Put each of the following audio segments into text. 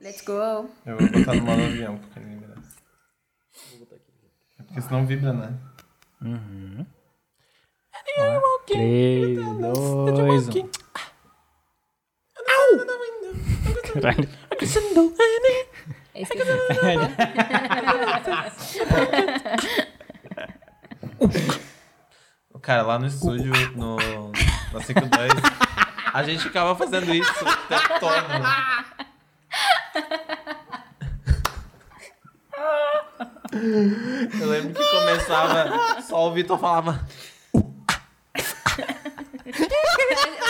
Let's go. Eu vou botar no modo avião, porque ninguém merece. Vou botar aqui. É porque senão vibra, né? Uhum. Três, dois, um. Caralho. É isso que eu tô Cara, lá no estúdio, no, na 52, a gente ficava fazendo isso o tempo todo. né? Eu lembro que começava, só o Vitor falava fazendo.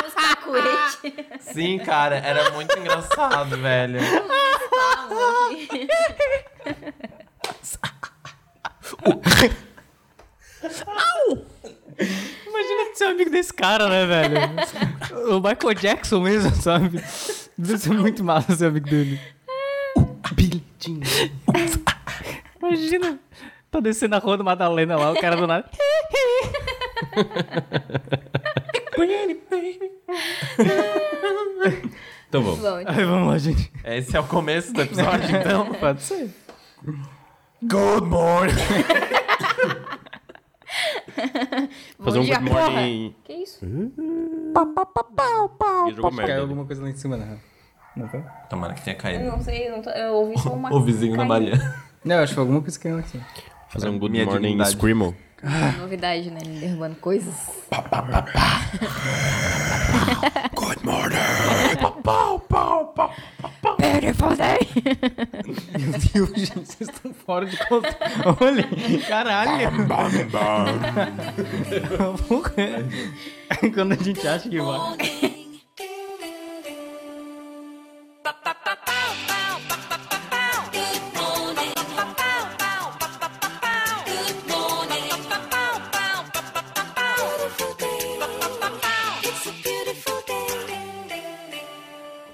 Os cacuete. sim, cara, era muito engraçado, velho. Imagina ser amigo desse cara, né, velho? O Michael Jackson mesmo, sabe? Deve ser muito massa ser amigo dele. Bilhetinho. Imagina. Tá descendo a rua do Madalena lá, o cara do nada. Então vamos. Bom, Aí vamos lá, gente. Esse é o começo do episódio, então. Pode ser. Good morning! Fazer bom um dia, good é porra. morning. Que isso? E jogou Caiu merda. alguma coisa lá em cima, né? Não tá? Tomara que tenha Eu caído. não sei, eu não tô- eu ouvi só uma... O vizinho da Maria. Não, acho que foi alguma coisa que caiu aqui. Fazer um good Minha morning dignidade. Screamo. caída. Novidade, né? Derrubando coisas. Good morning. Beautiful day. Meu Deus, gente, vocês estão fora de conta. Olha, caralho. Porra. Quando a gente acha que vai.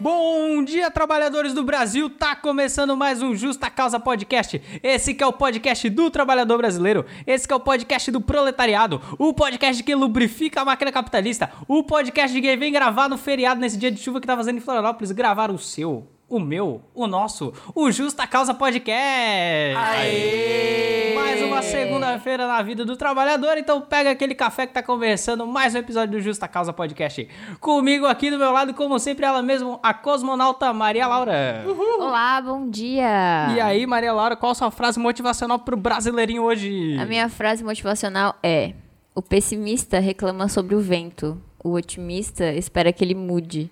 Bom dia, trabalhadores do Brasil! Tá começando mais um Justa Causa Podcast. Esse que é o podcast do trabalhador brasileiro. Esse que é o podcast do proletariado. O podcast que lubrifica a máquina capitalista. O podcast de quem vem gravar no feriado nesse dia de chuva que tá fazendo em Florianópolis. Gravar o seu, o meu, o nosso, o Justa Causa Podcast! Aê! Mais É. uma segunda-feira na vida do trabalhador, então pega aquele café que tá começando mais um episódio do Justa Causa Podcast. Comigo aqui do meu lado, como sempre, ela mesma, a cosmonauta Maria Laura. Olá, bom dia. E aí, Maria Laura, qual a sua frase motivacional pro brasileirinho hoje? A minha frase motivacional é: O pessimista reclama sobre o vento, o otimista espera que ele mude.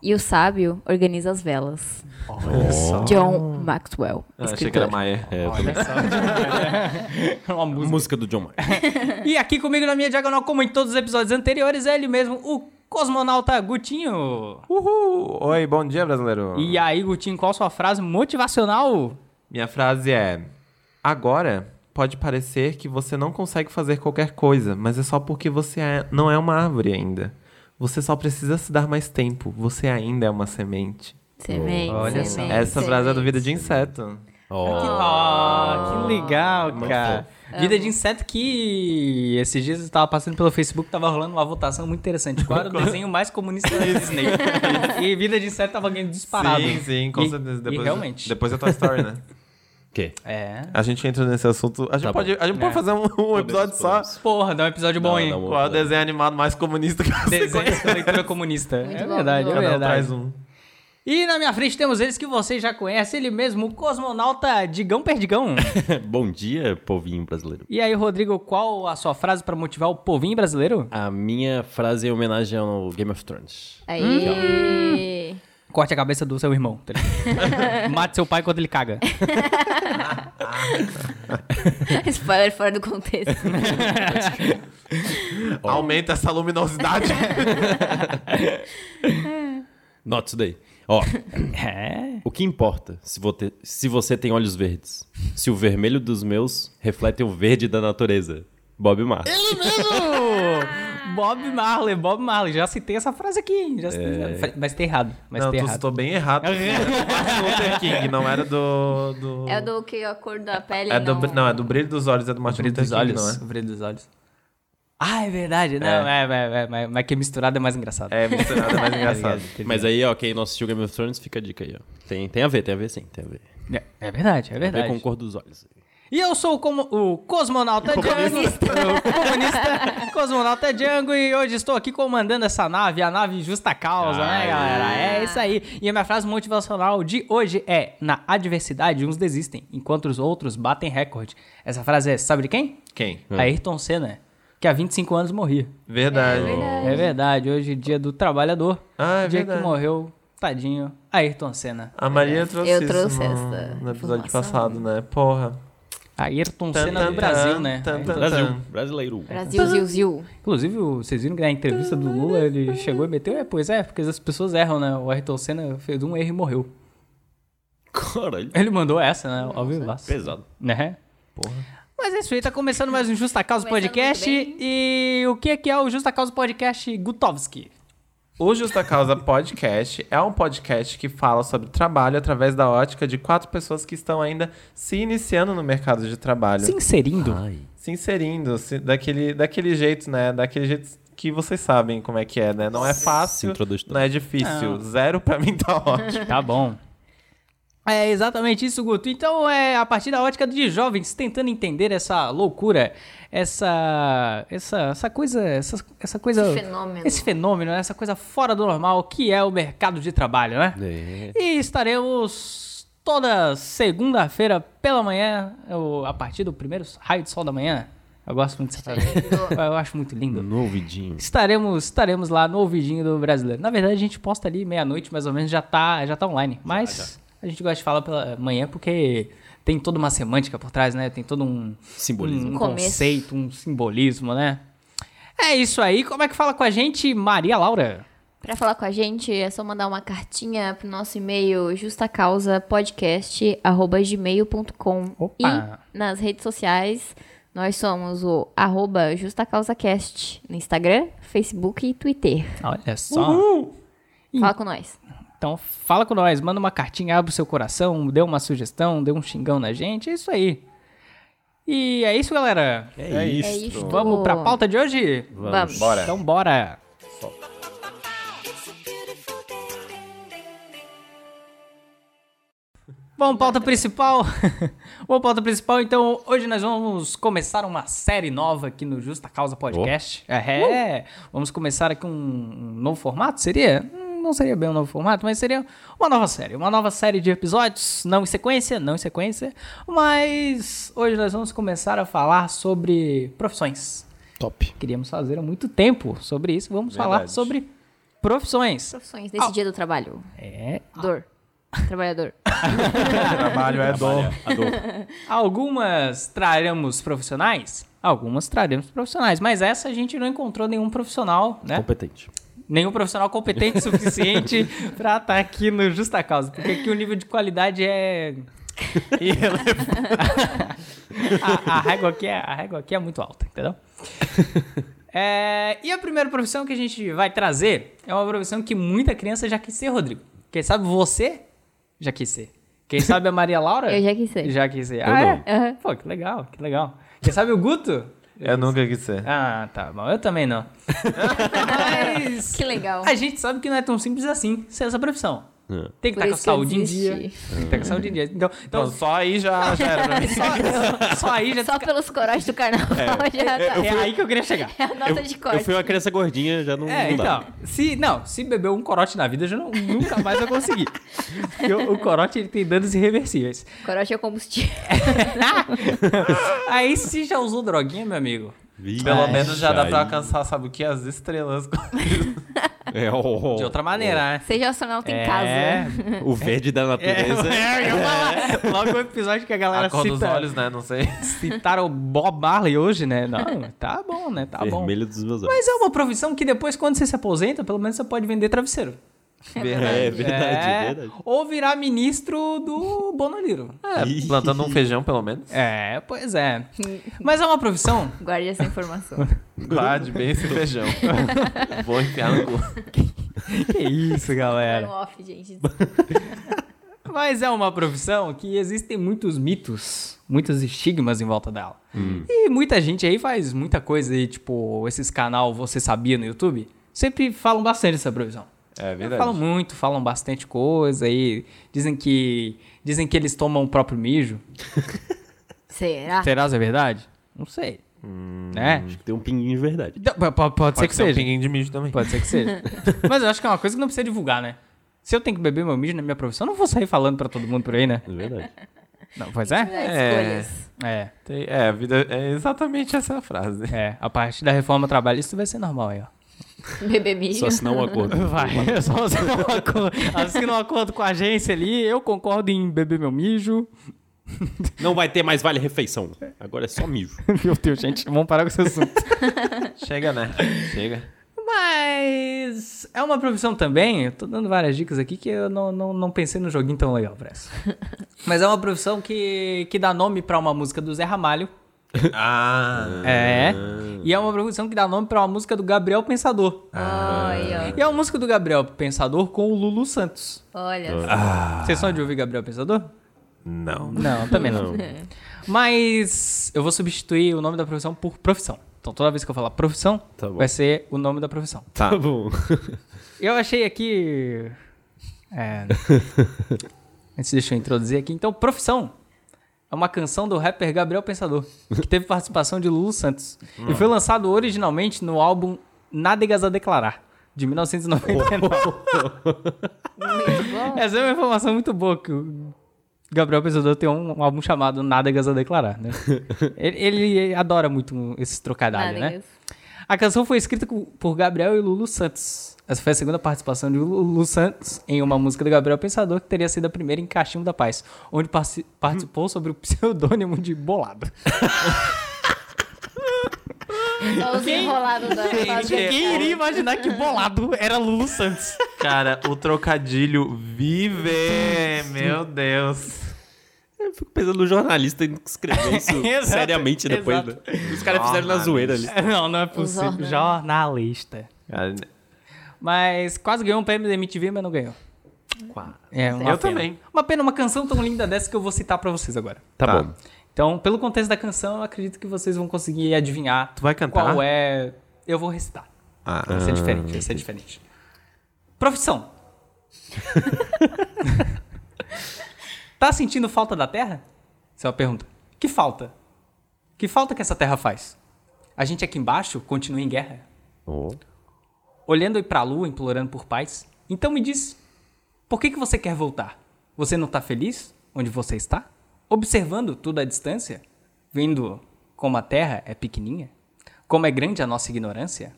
E o sábio organiza as velas. John Maxwell. Ah, achei que era Maia. É, eu também. Uma música. Música do John Mayer. E aqui comigo na minha diagonal, como em todos os episódios anteriores, é ele mesmo, o cosmonauta Gutinho. Uhul! Oi, bom dia, brasileiro. E aí, Gutinho, qual a sua frase motivacional? Minha frase é: Agora pode parecer que você não consegue fazer qualquer coisa, mas é só porque você é- não é uma árvore ainda. Você só precisa se dar mais tempo. Você ainda é uma semente. Semente, Olha só. semente, Essa frase é do semente. Vida de Inseto. Ó. Ah, que legal, Muito cara. Vida de inseto que esses dias eu tava passando pelo Facebook, tava rolando uma votação muito interessante. Qual era o desenho mais comunista da Disney? e Vida de inseto tava ganhando disparado. Sim, sim, com E- certeza. e Depois, realmente. Depois é Toy Story, né? Que? É. A gente entra nesse assunto. A gente Tá pode, a gente pode fazer um, um episódio só. podemos. Porra, dá um episódio bom, hein? dá um- Qual é o desenho animado mais comunista que você Desenho conhece? com leitura comunista. Muito é bom, verdade, muito é Cada um verdade. traz um. E na minha frente temos eles que vocês já conhecem, ele mesmo, o cosmonauta Digão Perdigão. Bom dia, povinho brasileiro. e aí, Rodrigo, qual a sua frase pra motivar o povinho brasileiro? A minha frase é em homenagem ao Game of Thrones. Aí. Corte a cabeça do seu irmão. tá ligado? Mate seu pai quando ele caga. Spoiler fora do contexto. Aumenta essa luminosidade. Not today. Ó, É. o que importa se você, se você tem olhos verdes? Se o vermelho dos meus reflete o verde da natureza. Bob Marley. Ô, Bob Marley, Bob Marley. Já citei essa frase aqui, hein? Já citei É. essa fra- Mas tá errado. Mas não, tá tu errado. estou bem errado. Martin Luther King, não era do. do... É do que a cor da pele. É do, br- não, é do brilho dos olhos, é do Martin Brilho Luther dos King, olhos. não é? O brilho dos olhos. Ah, é verdade. Não, é, é, é, mas- mas que misturado é mais engraçado. É, misturado é mais engraçado. Mas aí, ó, quem não assistiu Game of Thrones, fica a dica aí, ó. Tem, tem a ver, tem a ver sim, tem a ver. É, é verdade, é Tem a ver verdade. com a cor dos olhos. E eu sou o, como- o cosmonauta Django, o comunista, cosmonauta Django, e hoje estou aqui comandando essa nave, a nave Justa Causa, né, galera? É isso aí. E a minha frase motivacional de hoje é: Na adversidade, uns desistem, enquanto os outros batem recorde. Essa frase é: Sabe de quem? Quem? Hum. Ayrton Senna, que há 25 anos morria. Verdade. É verdade, hoje é dia do trabalhador, Ah, é dia verdade. que morreu, tadinho, Ayrton Senna. A Maria trouxe Eu isso trouxe no, essa no episódio informação. passado, né? Porra. Ayrton Tan, Senna tan, do Brasil, tan, né? tan, tan, Brasil, tan. brasileiro. Brasil, Uhum. ziu, ziu. Inclusive, o- vocês viram que na entrevista do Lula ele chegou e meteu, é, pois é, porque as pessoas erram, né? O Ayrton Senna fez um erro e morreu. Caralho, Ele mandou essa, né? Óbvio, é laço. pesado. Né? Mas é isso aí, tá começando mais um Justa Causa Começando Podcast. muito E o que é que é o Justa Causa Podcast Gutovski? O Justa Causa Podcast é um podcast que fala sobre trabalho através da ótica de quatro pessoas que estão ainda se iniciando no mercado de trabalho. Se inserindo. Se inserindo, se- daquele, daquele jeito, né? Daquele jeito que vocês sabem como é que é, né? Não é fácil, introduz todo. não é difícil. Não. Zero pra mim tá ótimo. Tá bom. É exatamente isso, Guto. Então é a partir da ótica de jovens tentando entender essa loucura, essa essa essa coisa, essa, essa coisa, Esse fenômeno. esse fenômeno, né? essa coisa fora do normal que é o mercado de trabalho, né? É. E estaremos toda segunda-feira pela manhã, ou a partir do primeiro raio de sol da manhã. Eu gosto muito dessa é frase. Eu acho muito lindo. No ouvidinho. Estaremos, estaremos lá no ouvidinho do brasileiro. Na verdade, a gente posta ali meia-noite, mais ou menos, já tá, já tá online. Mas a gente gosta de falar pela manhã porque tem toda uma semântica por trás, né? Tem todo um, Simbolismo. um Começo. conceito, um simbolismo, né? É isso aí. Como é que fala com a gente, Maria Laura? Pra falar com a gente, é só mandar uma cartinha pro nosso e-mail justacausapodcast.gmail.com Opa! E nas redes sociais, nós somos o arroba justacausacast no Instagram, Facebook e Twitter. Olha só. Fala com nós. Então fala com nós, manda uma cartinha, abre o seu coração, dê uma sugestão, dê um xingão na gente. É isso aí. E é isso, galera. É É isso. Vamos pra pauta de hoje? Vamos. Bora. Então bora. Bom, pauta principal. Bom, pauta principal, então hoje nós vamos começar uma série nova aqui no Justa Causa Podcast. É, vamos começar aqui um, um novo formato, seria? Hum, Não seria bem um novo formato, mas seria uma nova série. Uma nova série de episódios, não em sequência, não em sequência. Mas hoje nós vamos começar a falar sobre profissões Top. queríamos fazer há muito tempo sobre isso. Vamos falar Verdade. sobre profissões. Profissões desse dia do trabalho. É, Dor. Trabalhador. Trabalho é dor. algumas traremos profissionais, algumas traremos profissionais, mas essa a gente não encontrou nenhum profissional, É? né? Competente. Nenhum profissional competente o suficiente pra estar aqui no Justa Causa, porque aqui o nível de qualidade é a, a régua aqui é, a régua aqui é muito alta, entendeu? É, e a primeira profissão que a gente vai trazer é uma profissão que muita criança já quis ser, Rodrigo. Quem sabe você já quis ser. Quem sabe a Maria Laura? Eu já quis ser. É. Já quis ser. Eu Ah, é? não. Aham. Pô, que legal, que legal. Quem sabe o Guto? Eu nunca quis ser. Ah, tá bom. Eu também não. Mas Que legal. a gente sabe que não é tão simples assim ser essa profissão. É. Tem que Por estar com a isso que eu saúde em dia. Tem desisti. que estar com a saúde em dia. Então, então Então, É. só aí já, já era pra mim. só, só aí já Só pelos corais do carnaval já tá. É aí que eu queria chegar. É a nota de Eu corte. fui uma criança gordinha, já não, É, não dá. então, se, não, se beber um corote na vida, já não, nunca mais vai conseguir. Porque o, o corote ele tem danos irreversíveis. Corote é o combustível. Aí se já usou droguinha, meu amigo. Vixe, Pelo menos já dá pra É. aí. alcançar, sabe o que? As estrelas. É, ó, ó. De outra maneira, né? Seja astronauta É. em casa. né? O verde da natureza. É, eu ia falar. Logo o episódio que a A galera cor dos cita- olhos, né? Não sei. citaram o Bob Marley hoje, né? Não, tá bom, né? Tá bom. Vermelho dos meus olhos. Mas é uma profissão que depois, quando você se aposenta, pelo menos você pode vender travesseiro. É Verdade. verdade, É, verdade. Ou virar ministro do Bonoliro. É, plantando um feijão, pelo menos. É, pois é. Mas é uma profissão Guarde essa informação. Guarde bem esse feijão. Vou enfiar no cu. Que isso, Era um galera. off, gente. Mas é uma profissão que existem muitos mitos, muitos estigmas em volta dela. Hum. E muita gente aí faz muita coisa aí, tipo, esses canal Você Sabia no YouTube, sempre falam bastante dessa profissão. É Falam verdade. muito, falam bastante coisa aí, dizem que dizem que eles tomam o próprio mijo. Será? Será se é verdade? Não sei. Né? Acho que tem um pinguinho de verdade. Então, p- p- Hum. Pode, Pode ser que ser um seja. pinguim de mijo também. Pode ser que seja. Mas eu acho que é uma coisa que não precisa divulgar, né? Se eu tenho que beber meu mijo na minha profissão, eu não vou sair falando pra todo mundo por aí, né? É verdade. Não, pois é? É. Escolhas. É, Tem- É, a vida é exatamente essa frase. é. A parte da reforma trabalhista vai ser normal aí, ó. Bebê mijo. Só assinar um acordo. Vai, só assina um acordo, assina um acordo com a agência ali, eu concordo em beber meu mijo. Não vai ter mais vale refeição. Agora é só mijo. Meu Deus, gente, vamos parar com esse assunto. Chega, né? Chega. Mas é uma profissão também, eu tô dando várias dicas aqui que eu não, não, não pensei num joguinho tão legal pra essa. Mas é uma profissão que, que dá nome pra uma música do Zé Ramalho. Ah. É. E é uma profissão que dá nome pra uma música do Gabriel Pensador. Ah. Olha, E é uma música do Gabriel Pensador com o Lulu Santos. olha. Vocês são de ouvir Gabriel Pensador? Não. Não, também não. Mas eu vou substituir o nome da profissão por profissão. Então toda vez que eu falar profissão, Tá bom. vai ser o nome da profissão. Tá. bom. Eu achei aqui. É. Antes, deixa eu introduzir aqui. Então, Profissão. É uma canção do rapper Gabriel Pensador, que teve participação de Lulu Santos. E foi lançado originalmente no álbum Nádegas a Declarar, de 1999. Muito bom. Essa é uma informação muito boa que o Gabriel Pensador tem um, um álbum chamado Nádegas a Declarar, né? ele, ele adora muito esses trocadilhos, né? Nádegas. A canção foi escrita com- por Gabriel e Lulu Santos. Essa foi a segunda participação de Lulu Santos em uma música do Gabriel Pensador, que teria sido a primeira em Cachimbo da Paz, onde parci- participou sobre o pseudônimo de Bolado. Só os enrolados da fazenda. Quem iria imaginar que Bolado era Lulu Santos? Cara, o trocadilho vive! Meu Deus. Eu fico pensando no jornalista que escreveu Exato, isso seriamente depois. né? Os caras fizeram na Jornalista. zoeira ali. Não, não é possível. Os Jornalista. Cara, Mas quase ganhou um prêmio da MTV, mas não ganhou. É, uma Eu pena. também. Uma pena, uma canção tão linda dessa que eu vou citar pra vocês agora. Tá, Tá. bom. Então, pelo contexto da canção, eu acredito que vocês vão conseguir adivinhar Tu vai cantar? qual é. Eu vou recitar. Ah, Vai ser é diferente, vai ser diferente. Profissão. tá sentindo falta da terra? Essa é uma pergunta. Que falta? Que falta que essa terra faz? A gente aqui embaixo continua em guerra? Olhando pra lua, implorando por paz? Então me diz, por que, que você quer voltar? Você não tá feliz onde você está? Observando tudo à distância? Vendo como a terra é pequenininha? Como é grande a nossa ignorância?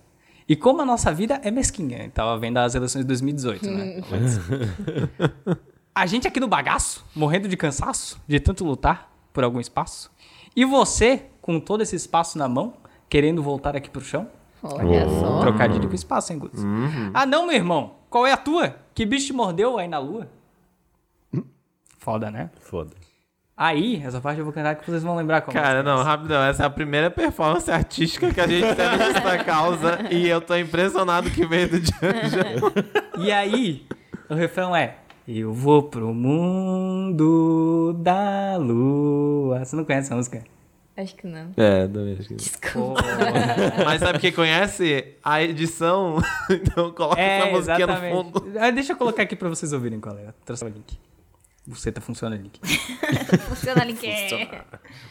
E como a nossa vida é mesquinha? Eu Tava vendo as eleições de 2018, né? Mas- a gente aqui no bagaço, morrendo de cansaço, de tanto lutar por algum espaço. E você, com todo esse espaço na mão, querendo voltar aqui pro chão? Olha só. Trocadilho Uhum. com espaço, hein, Guts? Ah, não, meu irmão. Qual é a tua? Que bicho te mordeu aí na lua? Foda, né? Foda. Aí, essa parte eu vou cantar que vocês vão lembrar como. Cara, não, rapidão. Essa é a primeira performance artística que a gente teve nessa causa. E eu tô impressionado que veio do Janja. E aí, o refrão é: Eu vou pro mundo da lua. Você não conhece essa música? Acho que não. É, também acho que. Desculpa. Mas sabe quem conhece? A edição. Então coloca essa É, musiquinha exatamente. no fundo. Ah, Deixa eu colocar aqui pra vocês ouvirem qual é. Eu Trouxe o link. Você tá funcionando o link. Funciona ali que é.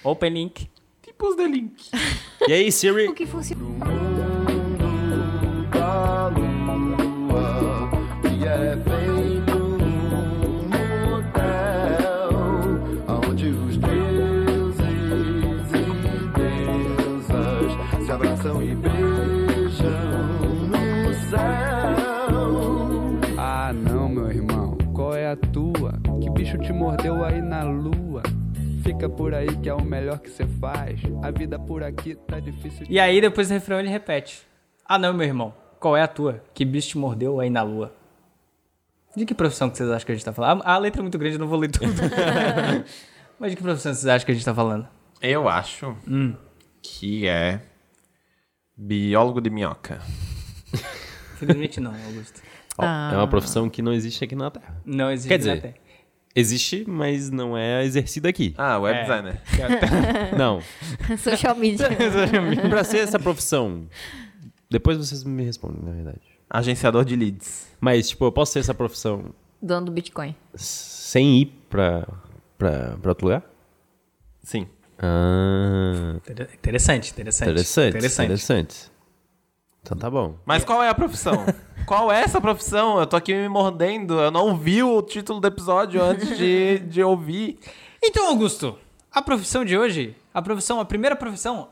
Open link. Tipos de Tipo link. E aí, Siri? O que funciona? E é feito um hotel onde os deuses e deusas se abraçam e beijam no céu. Ah, não, meu irmão, qual é a tua? Que bicho te mordeu aí na lua? Fica por aí que é o melhor que você faz. A vida por aqui tá difícil. E aí, depois do refrão, ele repete: Ah, não, meu irmão. Qual é a tua? Que bicho te mordeu aí na lua? De que profissão que vocês acham que a gente tá falando? A, a letra é muito grande, eu não vou ler tudo. Mas de que profissão vocês acham que a gente tá falando? Eu acho Hum. que é. Biólogo de minhoca. Infelizmente não, Augusto. Tá. É uma profissão que não existe aqui na Terra. Não existe Quer dizer, até. Existe, mas não é exercida aqui. Ah, web É. designer. Ah. Não. Social media. pra ser essa profissão. Depois vocês me respondem, na verdade. Agenciador de leads. Mas, tipo, eu posso ser essa profissão Dono do Bitcoin. sem ir pra, pra, pra outro lugar? Sim. Ah. Inter- Interessante, interessante. Interessante. Interessante. Então tá bom. Mas qual é a profissão? qual é essa profissão? Eu tô aqui me mordendo. Eu não vi o título do episódio antes de, de ouvir. Então, Augusto, a profissão de hoje, a profissão, a primeira profissão,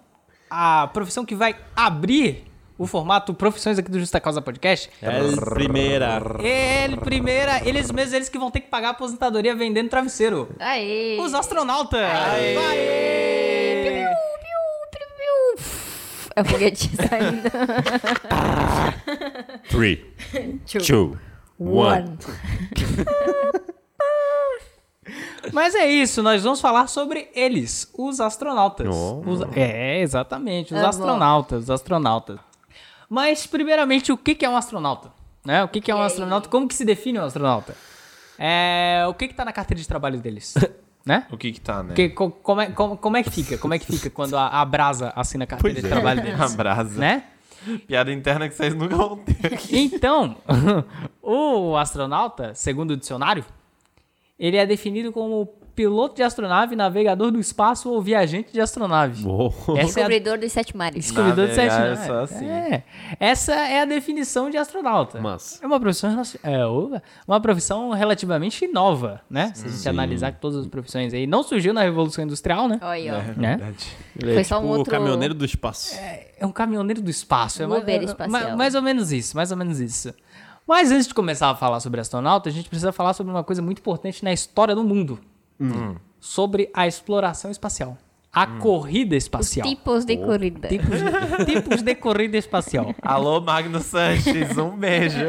a profissão que vai abrir o formato profissões aqui do Justa Causa Podcast, É a primeira. ele primeira, eles mesmos, eles que vão ter que pagar a aposentadoria vendendo travesseiro. Aê! Os astronautas! Aê! Piu, piu, piu, piu. É o foguete saindo. Three, Tchau. two, one. One. Mas é isso, nós vamos falar sobre eles, os astronautas. Oh. Os- é, exatamente, os Tá bom. astronautas, os astronautas. Mas, primeiramente, o que que é um astronauta? Né? O que que é um astronauta? Como que se define um astronauta? É, o que que tá na carteira de trabalho deles? né? O que que tá, né? Que- co- como, é, como, como é que fica? Como é que fica quando a, a brasa assina a carteira é. de trabalho A deles? brasa. né? Piada interna que vocês nunca vão ter aqui. Então, o astronauta, segundo o dicionário, ele é definido como piloto de astronave, navegador do espaço ou viajante de astronave. Oh. Essa é a Descobridor dos sete mares. descobridor de sete Navegar é naves. só assim. É. Essa é a definição de astronauta. Massa. É uma profissão relaci- é o- uma profissão relativamente nova, né? Se a gente analisar que todas as profissões aí não surgiu na Revolução Industrial, né? Olha aí, ó. Né? Verdade. Ele é Foi só um tipo o outro- caminhoneiro do espaço. É um caminhoneiro do espaço. É Um mais, Uber é- espacial. ma- mais ou menos isso, mais ou menos isso. Mas antes de começar a falar sobre astronauta, a gente precisa falar sobre uma coisa muito importante na história do mundo. Hum. Sobre a exploração espacial. A corrida espacial. Tipos de corrida. Tipos, tipos de corrida espacial. Alô, Magno Sanches, um beijo.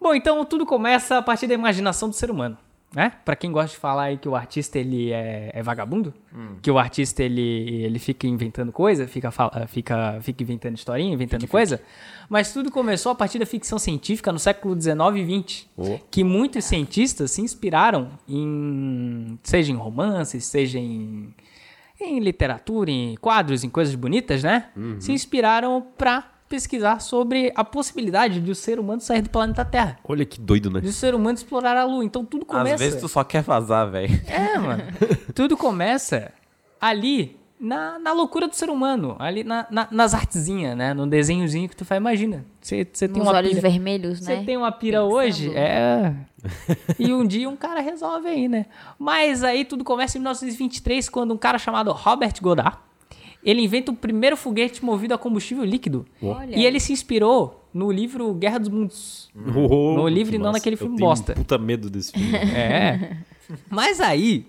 Bom, então tudo começa a partir da imaginação do ser humano, né? Pra quem gosta de falar aí que o artista ele é, é vagabundo, que o artista ele, ele fica inventando coisa, fica, fala- fica, fica inventando historinha, inventando coisa, mas tudo começou a partir da ficção científica no século XIX e XX, Oh. que muitos cientistas se inspiraram em, seja em romances, seja em em literatura, em quadros, em coisas bonitas, né? Uhum. Se inspiraram pra pesquisar sobre a possibilidade de o ser humano sair do planeta Terra. Olha que doido, né? De o ser humano explorar a Lua. Então tudo começa. Às vezes tu só quer vazar, velho. É, mano. tudo começa ali na, na loucura do ser humano. Ali na- na- nas artezinhas, né? No desenhozinho que tu faz. Imagina. Você você tem Nos uma olhos pira. vermelhos, Você né? tem uma pira Pensando. hoje, é. E um dia um cara resolve aí, né? Mas aí tudo começa em 1923, quando um cara chamado Robert Goddard, ele inventa o primeiro foguete movido a combustível líquido. Olha. E ele se inspirou no livro Guerra dos Mundos. Oh, No que livro e não massa. naquele filme eu tenho bosta. puta medo desse filme. É. Mas aí,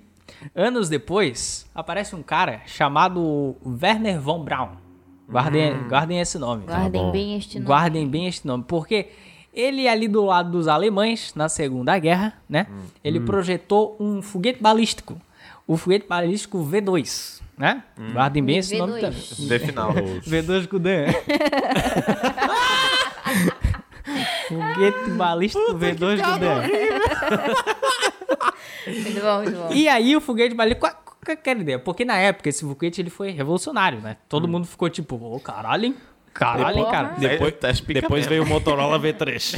anos depois, aparece um cara chamado Werner von Braun. Guardem, guardem esse nome. Guardem bom. bem este nome. um Guardem bem este nome, porque ele ali do lado dos alemães na Segunda Guerra, né? Ele projetou um foguete balístico, o foguete balístico V2, né? Guardem Hum, bem esse nome V2. também. De final. V2 Kudan. foguete balístico V2 Kudan. Muito bom, muito bom. E aí o foguete balístico, qual, qual que era a ideia? Porque na época esse foguete ele foi revolucionário, né? Todo mundo ficou tipo, ô caralho, hein? Caralho, hein, cara. Depois, Tá explicando depois mesmo. veio o Motorola V3.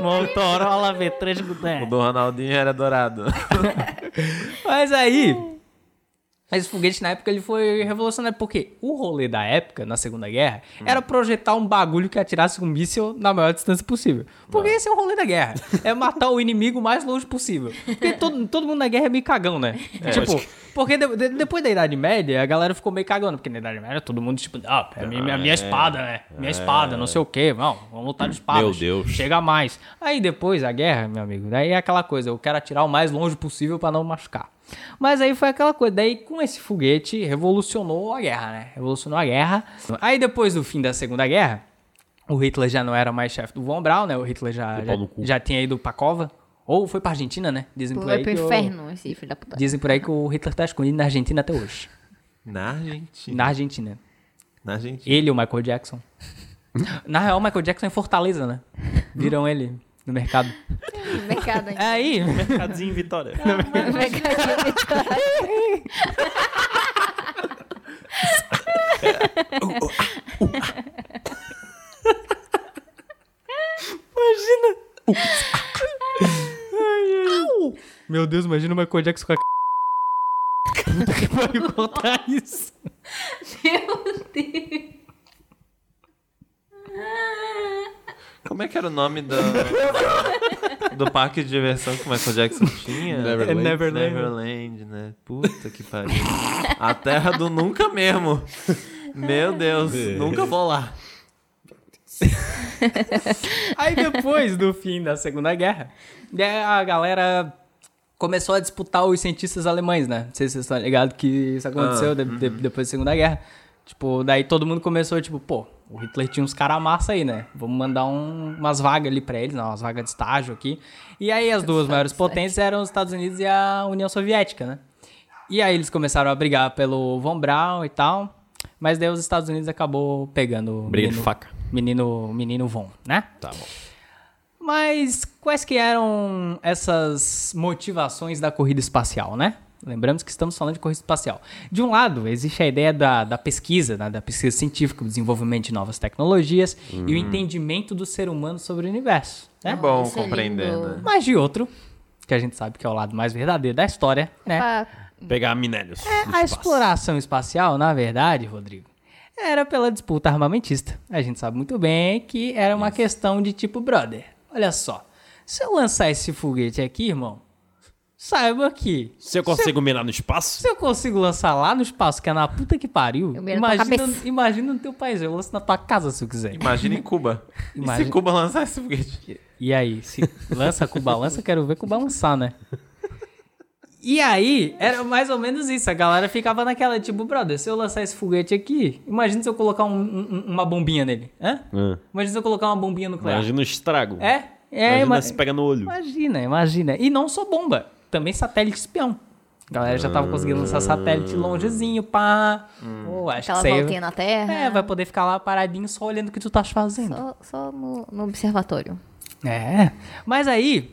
Motorola V3 Kudan. O do Ronaldinho era dourado. Mas aí. Mas o foguete na época ele foi revolucionário, porque o rolê da época, na Segunda Guerra, era projetar um bagulho que atirasse um míssil na maior distância possível. Porque esse é o rolê da guerra. É matar o inimigo o mais longe possível. Porque todo, todo mundo na guerra é meio cagão, né? tipo, porque de- de- depois da Idade Média, a galera ficou meio cagona. Porque na Idade Média todo mundo, tipo, ah, é a minha, a minha espada, né? Minha espada, não sei o quê. Não, vamos lutar de espada. Meu Deus. Chega mais. Aí depois a guerra, meu amigo, daí é aquela coisa, eu quero atirar o mais longe possível pra não machucar. Mas aí foi aquela coisa, daí com esse foguete revolucionou a guerra, né? Revolucionou a guerra. Aí depois do fim da Segunda Guerra, o Hitler já não era mais chefe do Von Braun, né? O Hitler já, já, pau no cu. já tinha ido pra cova. Ou foi pra Argentina, né? Dizem por Foi aí pro que o- inferno esse filho da puta. Dizem por aí que o Hitler tá escondido na Argentina até hoje. Na Argentina. Na Argentina. Na Argentina. Ele e o Michael Jackson. Na real, o Michael Jackson é em Fortaleza, né? Viram ele no mercado. É Mercado ainda. Aí, Mercadinho Vitória. Mercadinho. Meu Deus, imagina o Michael Jackson com a c... Puta que pariu cortar isso. Como é que era o nome do, do parque de diversão que o Michael Jackson tinha? É Neverland. Neverland, né? Puta que pariu. A terra do nunca mesmo. Meu Deus, nunca vou lá. Aí depois do fim da Segunda Guerra, né, a galera começou a disputar os cientistas alemães, né? Não sei se vocês estão ligados que isso aconteceu Ah, de- de- uhum. depois da Segunda Guerra. Tipo, daí todo mundo começou, tipo, pô, o Hitler tinha uns caras massa aí, né? Vamos mandar um- umas vagas ali pra eles, não, umas vagas de estágio aqui. E aí as duas maiores potências eram os Estados Unidos e a União Soviética, né? E aí eles começaram a brigar pelo Von Braun e tal. Mas daí os Estados Unidos acabou pegando o Briga de menino- faca. menino, menino Von, né? Tá bom. Mas quais que eram essas motivações da corrida espacial, né? Lembramos que estamos falando de corrida espacial. De um lado, existe a ideia da, da pesquisa, né? da pesquisa científica, o desenvolvimento de novas tecnologias e o entendimento do ser humano sobre o universo. É Né? bom Isso é compreender, lindo. né? Mas de outro, que a gente sabe que é o lado mais verdadeiro da história, né? Ah, Pegar minérios. do É, A espaço. exploração espacial, na verdade, Rodrigo, era pela disputa armamentista. A gente sabe muito bem que era uma questão de tipo, brother, olha só. Se eu lançar esse foguete aqui, irmão, saiba que. Se eu consigo mirar no espaço, Se eu consigo lançar lá no espaço, que é na puta que pariu, Eu miro na tua imagina, cabeça. imagina no teu país, eu lanço na tua casa se eu quiser. Imagina em Cuba. E Imagina- se Cuba lançar esse foguete? E aí, se lança com balança, quero ver com balançar, né? E aí, era mais ou menos isso. A galera ficava naquela, tipo, brother, se eu lançar esse foguete aqui, imagina se eu colocar um- um- uma bombinha nele. Hã? Hum. Imagina se eu colocar uma bombinha nuclear. imagina o estrago. É? É, Imagina ima- se pega no olho. imagina, imagina. E não só bomba, também satélite espião. A galera já tava conseguindo lançar satélite longezinho, pá. Pô, acho Hum. aquela que isso voltinha aí... na terra. É, vai poder ficar lá paradinho só olhando o que tu tá fazendo. Só, só no, no observatório. É. Mas aí,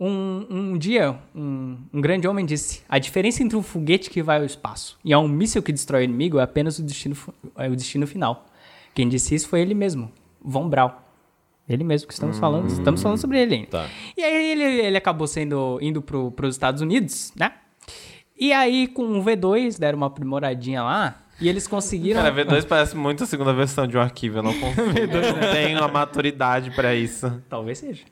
um, um dia, um, um grande homem disse: a diferença entre um foguete que vai ao espaço e a um míssil que destrói o inimigo é apenas o destino, fu- é o destino final. Quem disse isso foi ele mesmo, Von Braun. Ele mesmo que estamos falando, estamos falando sobre ele ainda. Tá. E aí ele, ele acabou sendo indo para os Estados Unidos, né? E aí com o V2 deram uma aprimoradinha lá e eles conseguiram. Cara, V2 parece muito a segunda versão de um arquivo. Eu não, consigo, não tenho a maturidade pra isso. Talvez seja.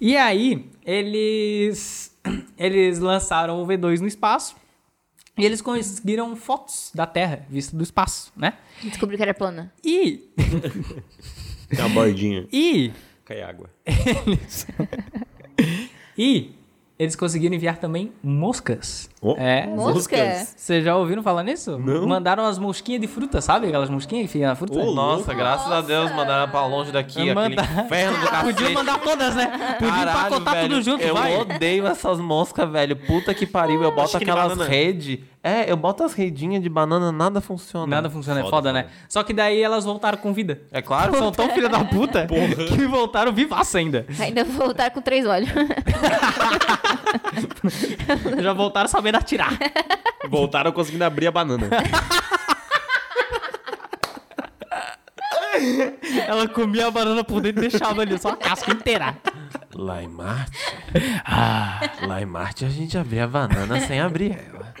E aí, eles eles lançaram o V2 no espaço e eles conseguiram fotos da Terra vista do espaço, né? Descobri que era plana. E Tem uma bordinha. e Cai água. e eles conseguiram enviar também moscas. Oh. É. Mosca? Moscas. Vocês já ouviram falar nisso? Não. Oh. Mandaram as mosquinhas de fruta, sabe? Aquelas mosquinhas que ficam na fruta. Nossa, graças a Deus mandaram pra longe daqui, Manda- aquele inferno do cacete. Podia mandar todas, né? Podia Caralho, empacotar velho, tudo junto, É um eu vai. odeio essas moscas, velho. Puta que pariu, eu boto Chique de aquelas banana. redes. É, eu boto as redinhas de banana, nada funciona. Nada funciona, é Foda, foda, né? foda. Só que daí elas voltaram com vida. É claro, São tão filha da puta que voltaram vivaça ainda. Ainda voltaram com três olhos. Já voltaram sabendo atirar. Voltaram conseguindo abrir a banana. Ela comia a banana por dentro e deixava ali só a casca inteira. Lá em Marte. Ah. Lá em Marte a gente abria a banana sem abrir ela.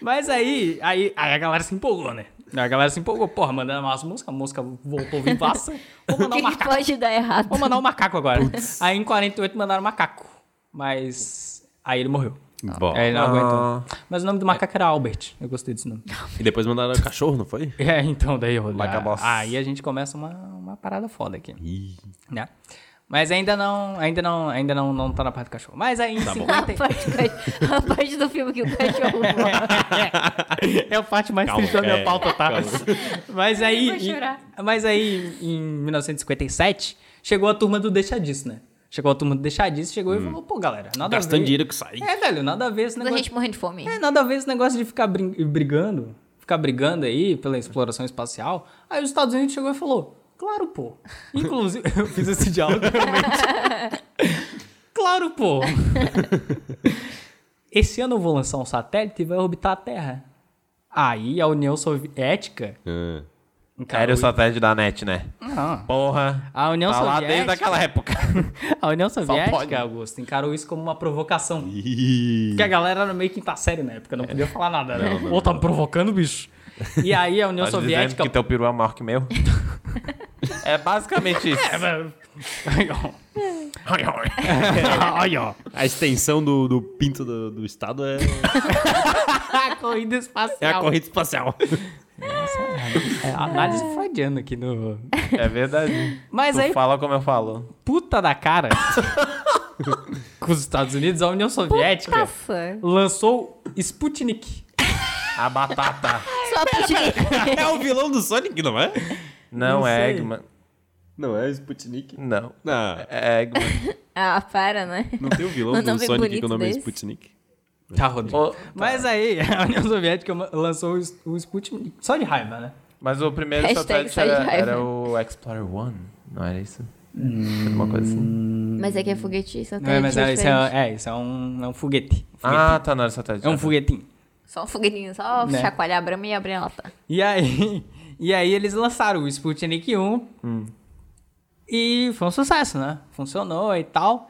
Mas aí, aí, aí a galera se empolgou, né? A galera se empolgou. Porra, mandando umas moscas, a mosca voltou vivaça. Vou O mandar um que, que macaco. pode dar errado? Vou mandar um macaco agora. Aí em 48 mandaram um macaco. Mas aí ele morreu. Bom. Aí ele não Ah. aguentou. Mas o nome do macaco era Albert. Eu gostei desse nome. E depois mandaram cachorro, não foi? É, então daí, Rodrigo. Like a boss. Aí é a gente começa uma, uma parada foda aqui. Né? Mas ainda não, ainda não, ainda não, não tá na parte do cachorro. Mas aí em A parte, 50... do cachorro- a parte do filme que o cachorro morre. É a parte mais Calma, triste da minha é, pauta, tá? Ah, calma. Mas aí. Eu vou chorar. em- mas aí, em 1957, chegou a turma do Deixa Disso, né? Chegou a turma do Deixa Disso, chegou e falou, pô, galera, nada a Hum. Gastando ver. dinheiro que sai. É, velho, nada a ver esse A negócio. gente morrendo de fome. É, nada a ver esse negócio de ficar brin- brigando. ficar brigando aí pela exploração espacial. Aí os Estados Unidos chegou e falou: Claro, pô. Inclusive, eu fiz esse diálogo realmente. claro, pô. Esse ano eu vou lançar um satélite e vai orbitar a Terra. Aí a União Soviética. Ah. Cara, Era o o- satélite da NET, né? Não. Porra. A União tá lá Soviética. desde aquela época. A União pode. Soviética, Augusto, encarou isso como uma provocação. Ih. Porque a galera era meio quinta série na época, não podia falar nada, né? Ou tá me provocando, bicho. E aí a União Tá dizendo Soviética. que teu peru é maior que meu? é basicamente isso. É Aí, ó. Aí, ó. A extensão do, do pinto do, do estado é, A corrida é espacial. a corrida espacial. É, análise freudiana aqui no. É verdade. Mas tu aí, fala como eu falo. puta da cara. com os Estados Unidos, a União Soviética Nossa. lançou Sputnik. A batata. Só Sputnik. É o vilão do Sonic, não é? Não, é sei. Eggman. Não é o Sputnik. Não. Não, É Eggman. Ah, para, né? não tem o vilão Um do nome Sonic bonito que o nome é desse. Sputnik. Tá, Rodrigo. Ô, Mas aí, a União Soviética ma- lançou o S- o Sputnik. Só de raiva, né? Mas o primeiro Hashtag satélite sai de era, raiva. era o Explorer One, não era isso? Alguma coisa assim. Mas é que é foguete, só tem Não é, mas é, isso é, diferente. é, isso é um, é um foguete. Um foguete. Ah, tá, não era satélite. é um foguetinho. Só um foguetinho, só Né? chacoalhar a brama e abrir a lata. E aí, e aí eles lançaram o Sputnik 1. E foi um sucesso, né? Funcionou e tal.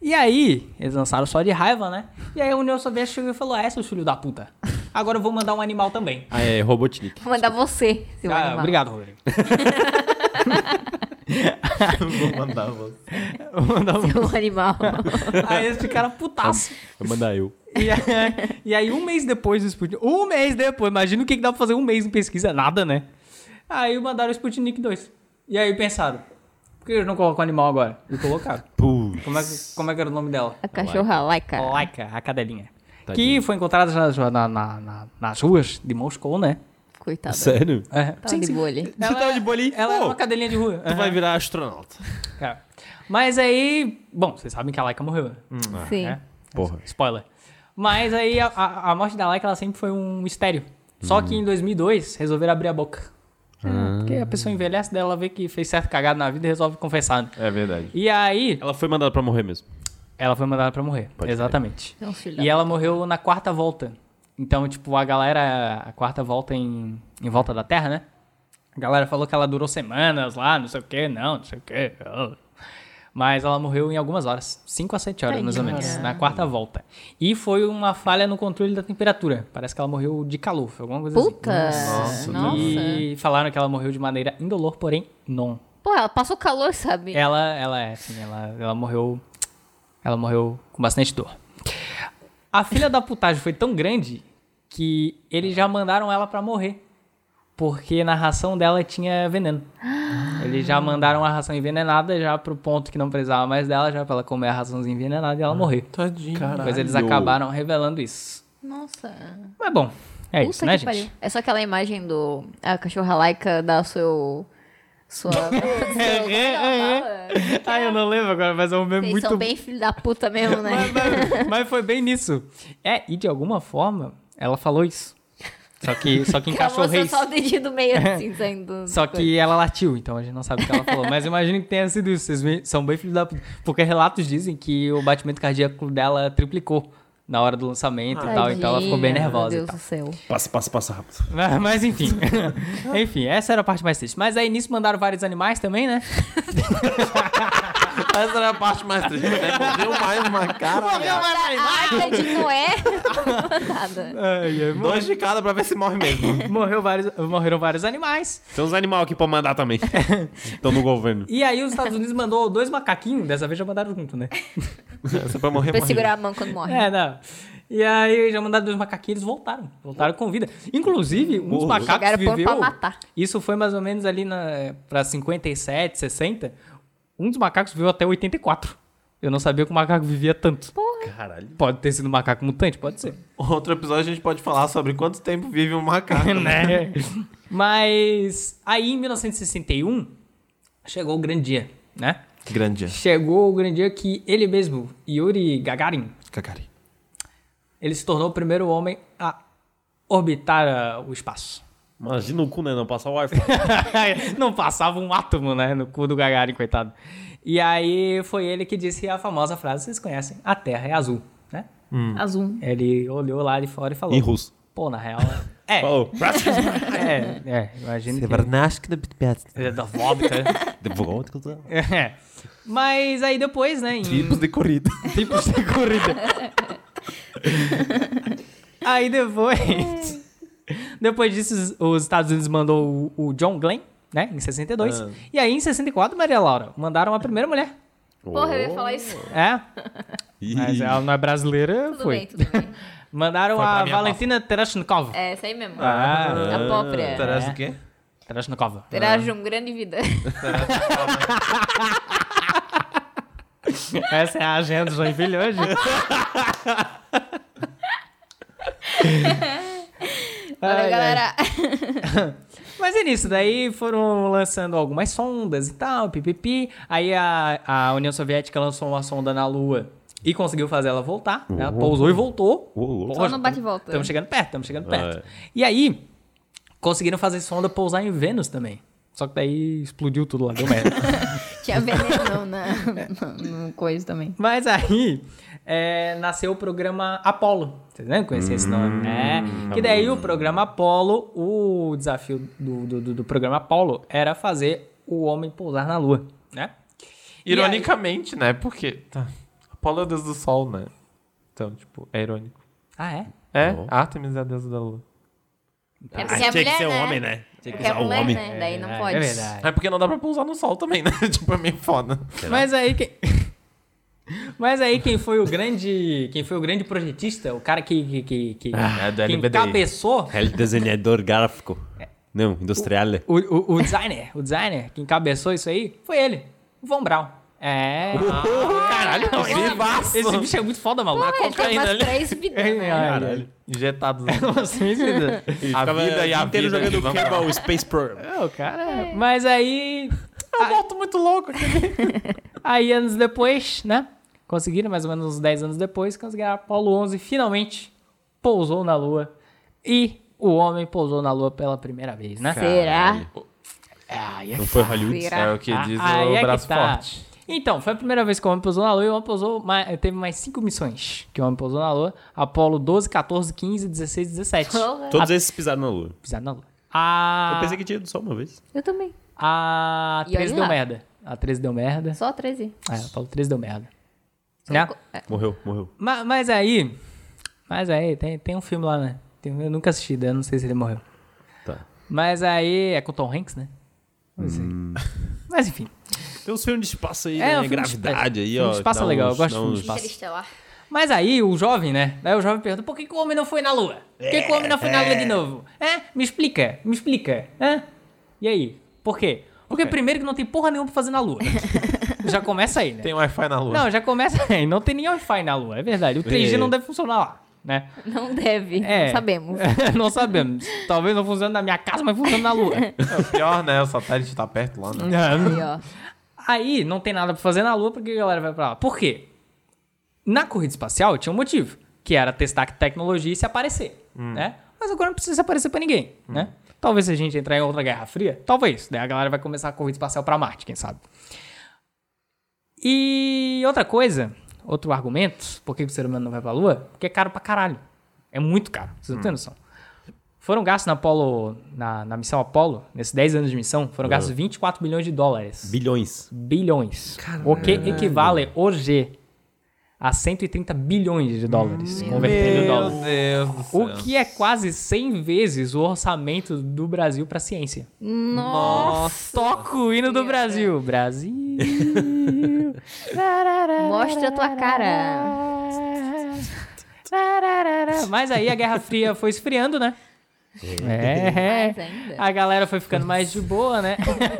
E aí, eles lançaram só de raiva, né? E aí a União Soviética chegou e falou: é, seu filho da puta. Agora eu vou mandar um animal também. Ah, é Robotnik. Vou mandar você, seu Ah, animal. obrigado, Rodrigo. Vou mandar você. Vou mandar um- Seu animal. aí eles ficaram putaço. Vou mandar eu. E aí, e aí, um mês depois do Sputnik. Um mês depois, imagina o que, que dá pra fazer um mês em pesquisa, nada, né? Aí mandaram o Sputnik 2. E aí pensaram, por que eles não colocam animal agora? E colocaram. Puh. Como é, que- como é que era o nome dela? A cachorra laica. Laika, a cadelinha. Que Tadinha. foi encontrada nas, na- na- na- nas ruas de Moscou, né? Coitada. Sério? É. Tava Tá de bolha. Você tava de boa ali? Ela era Pô, uma cadelinha de rua. Oh, Tu vai virar astronauta. É. Mas aí, bom, vocês sabem que a Laika morreu, né? Sim. É. Porra. Spoiler. Mas aí a, a- a morte da Laika ela sempre foi um mistério. Só Hum. que em 2002 resolveram abrir a boca. Ah. Porque a pessoa envelhece dela vê que fez certo cagado na vida e resolve confessar. né? É verdade. E aí Ela foi mandada pra morrer mesmo. ela foi mandada pra morrer. Pode Exatamente. É um filho E ela morreu na quarta volta. Então, tipo, a galera, a quarta volta em, em volta da Terra, né? A galera falou que ela durou semanas lá, não sei o que, não, não sei o que. Mas ela morreu em algumas horas, 5 a 7 horas mais ou menos, na quarta volta. E foi uma falha no controle da temperatura. Parece que ela morreu de calor, foi alguma coisa Puta. assim. Nossa. E falaram que ela morreu de maneira indolor, porém não. Pô, ela passou calor, sabe? Ela, ela é, assim, ela, ela morreu. Ela morreu com bastante dor. A filha da putagem foi tão grande que eles já mandaram ela pra morrer. Porque na ração dela tinha veneno. Eles já mandaram a ração envenenada já pro ponto que não precisava mais dela, já pra ela comer a raçãozinha envenenada e ela morrer. Tadinho. Mas eles Caralho. acabaram revelando isso. Nossa. Mas bom, é isso, Puta né, que gente? pariu. É só aquela imagem do... A cachorra laica da seu... Sua... É, seu... Ah, eu não lembro agora, mas é um meme Vocês muito são bem filho da puta mesmo, né? mas, mas foi bem nisso. É, e de alguma forma, ela falou isso. Só que, só que Ela encaixou o mostrou reis. só o dedinho do meio, assim, saindo. Só que ela latiu, então a gente não sabe o que ela falou. Mas eu imagino que tenha sido isso. Vocês me- são bem filhos da puta. Porque relatos dizem que o batimento cardíaco dela triplicou na hora do lançamento e tal. Então ela ficou bem Tadinha, nervosa. e Meu Deus tal. do céu. Passa, passa, passa rápido. Mas, mas enfim. enfim, essa era a parte mais triste. Mas aí nisso mandaram vários animais também, né? Essa era a parte mais triste, né? Morreu mais uma cara. A Arca de Noé. Nada. Dois de cada pra ver se morre mesmo. Morreu vários, morreram vários animais. Tem uns animal aqui pra mandar também. Estão no governo. E aí os Estados Unidos mandou dois macaquinhos, dessa vez já mandaram junto, né? é Essa pra morrer, Pra morreu. segurar a mão quando morre. É, não. E aí já mandaram dois macaquinhos, eles voltaram. Voltaram com vida. Inclusive, um dos Burro. macacos Jogaram pão viveu... pra matar. Isso foi mais ou menos ali na, pra 57, 60. Um dos macacos viveu até 84. Eu não sabia que o macaco vivia tanto. Caralho. Pode ter sido um macaco mutante? Pode ser. Outro episódio a gente pode falar sobre quanto tempo vive um macaco. né? Mas aí em 1961 chegou o grande dia, né? Grande. Chegou o grande dia que ele mesmo, Yuri Gagarin, Cacari. ele se tornou o primeiro homem a orbitar ah, o espaço. Imagina o cu, né? Não passar o Wi-Fi. não passava um átomo, né, no cu do Gagarin, coitado. E aí foi ele que disse a famosa frase, vocês conhecem, a Terra é azul, né? Azul. Ele olhou lá de fora e falou... em russo. Pô, na real... É, Falou. é, é, imagino que... É da Vóbita. né? É. Mas aí depois, né, em... Tipos de corrida. Tipos de corrida. Aí depois. Depois disso, os- os Estados Unidos mandou o, o John Glenn, né? Em 62. E aí, em 64, Maria Laura, mandaram a primeira mulher. Porra, eu ia falar isso. É. Ih, Mas ela não é brasileira, Tudo foi. bem, tudo bem. Mandaram Foi pra a minha Valentina Tereshnikov. É, isso aí mesmo. Ah, a própria. Interessa o quê? Tereshnikov. Terá um grande vida. Essa é a agenda do Joinville hoje. Olha, Ai, ai. galera. Mas é nisso, daí foram lançando algumas sondas e tal, pipipi. Aí a, a União Soviética lançou uma sonda na Lua e conseguiu fazer ela voltar. né? Ela pousou e voltou. ô, louco. Só não bate e volta. Estamos chegando perto, estamos chegando perto. É. E aí, conseguiram fazer sonda pousar em Vênus também. Só que daí explodiu tudo lá, deu merda. Tinha veneno né? na, no, no coisa também. Mas aí é, nasceu o programa Apollo. Vocês não conheciam esse Hum, nome? tá É. Que daí o programa Apollo, o desafio do, do, do- do programa Apollo era fazer o homem pousar na Lua, né? E aí- Ironicamente, né? Porque. Tá. Apolo é o deus do sol, né? Então, tipo, é irônico. Ah, é? É, Oh. Artemis é a deusa da lua. É Ah, porque é tinha que mulher, ser um né? homem, né? Tinha que Porque é usar um mulher, homem. né? Daí não É, pode. É verdade. É porque não dá pra pousar no sol também, né? tipo, é meio foda. Mas aí quem Mas aí quem foi o grande, quem foi o grande projetista, o cara que que que, que, Ah, é do que LBDI. encabeçou Ele É desenhador gráfico. Não, industrial. o, o, o designer, o designer que encabeçou isso aí foi ele, o Von Braun. É. Caralho, não, esse- vivaço. Esse bicho é muito foda, Ah, maluco. Pô, ele Ah, tem umas três vidas. né? Caralho. Injetados. né? A vida e a vida. que jogando vamos Kerbal Space Program. É, o cara. Mas aí. Eu volto muito louco aqui. Aí, anos depois, né? Conseguiram, mais ou menos uns 10 anos depois, conseguiram a Apollo 11 finalmente pousou na Lua. E o homem pousou na Lua pela primeira vez, né? Será? Aí é Não foi Hollywood? Será? É o que diz Aí é o que braço tá. forte. Então, foi a primeira vez que o homem pousou na Lua e o homem pousou mais, teve mais cinco missões que o homem pousou na Lua. Apolo 12, 14, 15, 16, 17. Porra. Todos esses pisaram na lua. Pisaram na Lua. Ah. A... Eu pensei que tinha ido só uma vez. Eu também. A E 13 olha deu lá. merda. A 13 deu merda. Só 13. Ah, eu falo 13 deu merda. Né? Morreu, morreu. Ma- Mas, aí. Mas aí, tem, tem um filme lá, né? Tem um- eu nunca assisti, daí eu não sei se ele morreu. Tá. Mas aí. É com o Tom Hanks, né? Não sei. Mas enfim. Tem uns filmes de espaço Hum. aí, É, um filme né? de Gravidade espaço. aí, Filme ó. de espaço dá é legal, eu uns- gosto de dá filme de uns- espaço. Interestelar. Mas aí o jovem, né? Daí o jovem pergunta: por que, que o homem não foi na lua? Por que, que o homem não foi na lua de novo? É? Me explica, me explica. É? E aí? Por quê? Porque primeiro que não tem porra nenhuma pra fazer na lua. Já começa aí, né? Tem Wi-Fi na lua. Não, já começa aí. Não tem nem Wi-Fi na Lua, é verdade. O 3G É. não deve funcionar lá, né? Não deve. É. Não sabemos. não sabemos. Talvez não funcione na minha casa, mas funciona na Lua. É pior, né? O satélite tá perto lá, né? Aí, ó. aí não tem nada pra fazer na Lua, porque a galera vai pra lá. Por quê? Na corrida espacial tinha um motivo, que era testar tecnologia e se aparecer, né? Mas agora não precisa se aparecer pra ninguém, né? Talvez se a gente entrar em outra Guerra Fria, talvez. Daí a galera vai começar a corrida espacial pra Marte, quem sabe. E outra coisa, outro argumento, por que que o ser humano não vai pra Lua? Porque é caro pra caralho. É muito caro, vocês não têm noção. Foram gastos na Apollo, na, na missão Apollo, nesses 10 anos de missão, foram gastos 24 bilhões de dólares Bilhões. bilhões. O que equivale hoje a 130 bilhões de dólares, convertendo em Meu dólar. Deus do céu. O que é quase 100 vezes o orçamento do Brasil para ciência. Nossa. Toca o hino do Brasil. Brasil. Mostra a tua cara. Mas aí a Guerra Fria foi esfriando, né? Mais É. ainda. A galera foi ficando mais de boa, né?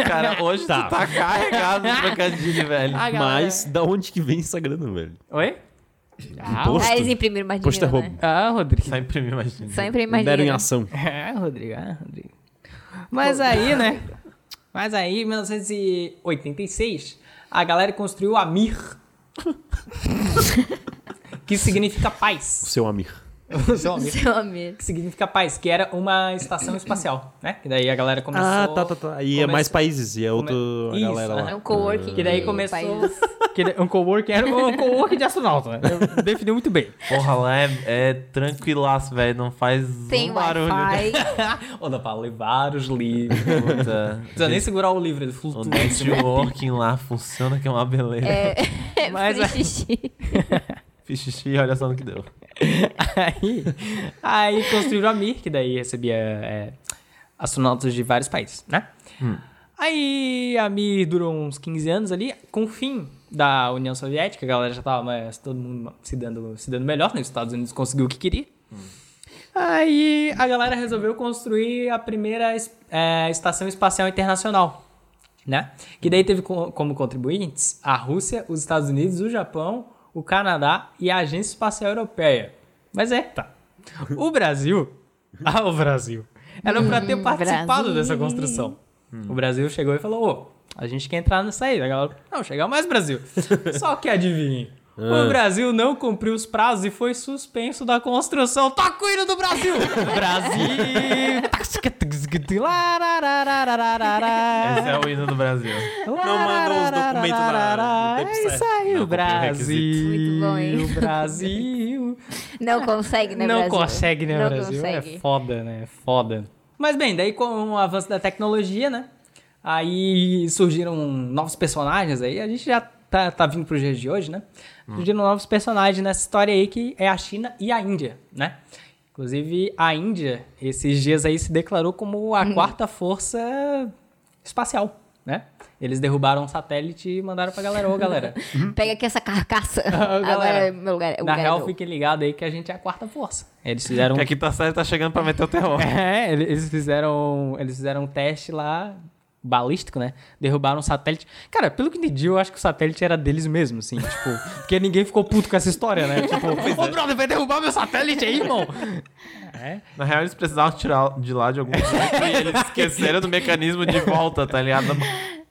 Cara, hoje tu tá carregado de trocadilho, velho. Ah, A galera- Mas da onde que vem essa grana, velho? Oi? Ah, Imposto? Mas imprimiram mais Posto é dinheiro, roubo. né? ah, Rodrigo. Só imprimir mais dinheiro. Só imprime mais Deram em dinheiro. né? ação. É, Rodrigo, é, Rodrigo. Mas aí, né? Mas aí, em 1986, a galera construiu a Mir. que significa O paz. seu Amir. Seu amigo. Seu amigo. Que significa paz, que era uma estação espacial, né? Que daí a galera começou... Ah, tá, tá, tá. E é começou- mais países, e é outra Come- Isso, galera lá. É um coworking. Que daí de começou- país. Que da- um coworking era um coworking de astronauta, né? Eu- Definiu muito bem. Porra, lá é, é tranquilaço, velho. Não faz Tem um barulho. né? né? Wi-Fi. Ô, dá pra ler vários livros. Não Puta. precisa nem segurar o livro, ele O flutua. networking lá funciona que é uma beleza. Mas é é. Free xixi. Fiz xixi, olha só no que deu. Aí, aí construíram a Mir, que daí recebia é, astronautas de vários países, né? Aí a Mir durou uns 15 anos ali, com o fim da União Soviética, a galera já tava mais, todo mundo se dando, se dando melhor, né? Os Estados Unidos conseguiu o que queria. Aí a galera resolveu construir a primeira es- é, Estação Espacial Internacional, né? Que daí teve co- como contribuintes a Rússia, os Estados Unidos, o Japão, o Canadá e a Agência Espacial Europeia. Mas é, tá. O Brasil. Ah, o Brasil. Era pra ter Hum, participado Brasil. dessa construção. O Brasil chegou e falou: ô, a gente quer entrar nessa aí. A galera, não, chegar mais Brasil. Só que adivinhe. Ah. O Brasil não cumpriu os prazos e foi suspenso da construção. Toca o hino do Brasil! Brasil! Lararararararará. Esse é o hino do Brasil. Não mandam os documentos na- no tempo É isso certo. aí, Não, o Brasil. Muito bom, hein? O Brasil. Não consegue, né, não Brasil? consegue, né, Não Brasil? É consegue. foda, né? É foda. Mas bem, daí com o avanço da tecnologia, né? Aí surgiram novos personagens aí. A gente já tá, tá vindo pros dias de hoje, né? Surgiram novos personagens nessa história aí que é a China e a Índia, né? Inclusive, a Índia, esses dias aí, se declarou como Uhum. a quarta força espacial, né? Eles derrubaram um satélite e mandaram pra galera, ô galera. Pega aqui essa carcaça. Ah, galera, Agora é meu lugar. o Na lugar é real, meu. fiquem ligados aí que a gente é a quarta força. Eles fizeram. um Que aqui tá sério, tá chegando pra meter o terror. É, ele- eles fizeram. Eles fizeram um teste lá balístico, né? Derrubaram um satélite. Cara, pelo que entendi, eu acho que o satélite era deles mesmo, assim, tipo, porque ninguém ficou puto com essa história, né? Tipo, ô brother, vai derrubar meu satélite aí, irmão. Na real, eles precisavam tirar de lá de algum jeito e eles esqueceram do mecanismo de volta, tá ligado?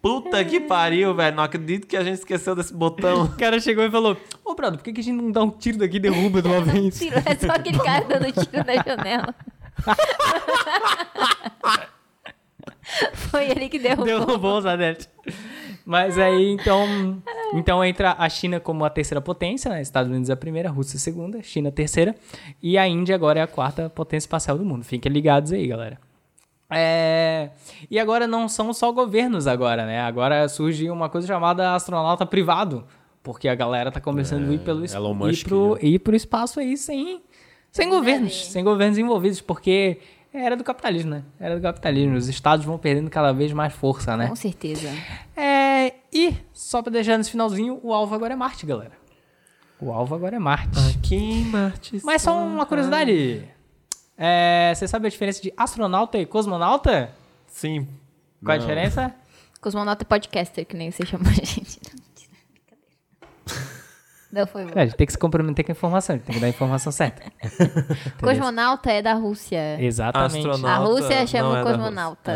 Puta que pariu, velho. Não acredito que a gente esqueceu desse botão. O cara chegou e falou: "Ô brother, por que que a gente não dá um tiro daqui e derruba de uma vez?" Tiro, é só aquele cara dando tiro na janela. Foi ele que derrubou. Derrubou o satélite. um Mas aí, então, então entra a China como a terceira potência, né? Estados Unidos a primeira, Rússia é a segunda, China a terceira. E a Índia agora é a quarta potência espacial do mundo. Fiquem ligados aí, galera. É, E agora não são só governos agora, né? Agora surge uma coisa chamada astronauta privado. Porque a galera tá começando a ir pelo es- É, Elon ir Musk, pro- né? ir pro espaço aí sem, sem governos, sem governos envolvidos, porque era do capitalismo, né? Era do capitalismo. Os estados vão perdendo cada vez mais força, né? Com certeza. É, e, só pra deixar nesse finalzinho, o alvo agora é Marte, galera. O alvo agora é Marte. Aqui Marte. tá. Mas só uma curiosidade. É, você sabe a diferença de astronauta e cosmonauta? Sim. Qual a diferença? Cosmonauta é podcaster, que nem você chama a gente. Não, mentira, brincadeira. Não foi É, a bom. gente tem que se comprometer com a informação, a gente tem que dar a informação certa. Cosmonauta é da Rússia. Exatamente. Astronauta. A Rússia Não chama é da cosmonauta.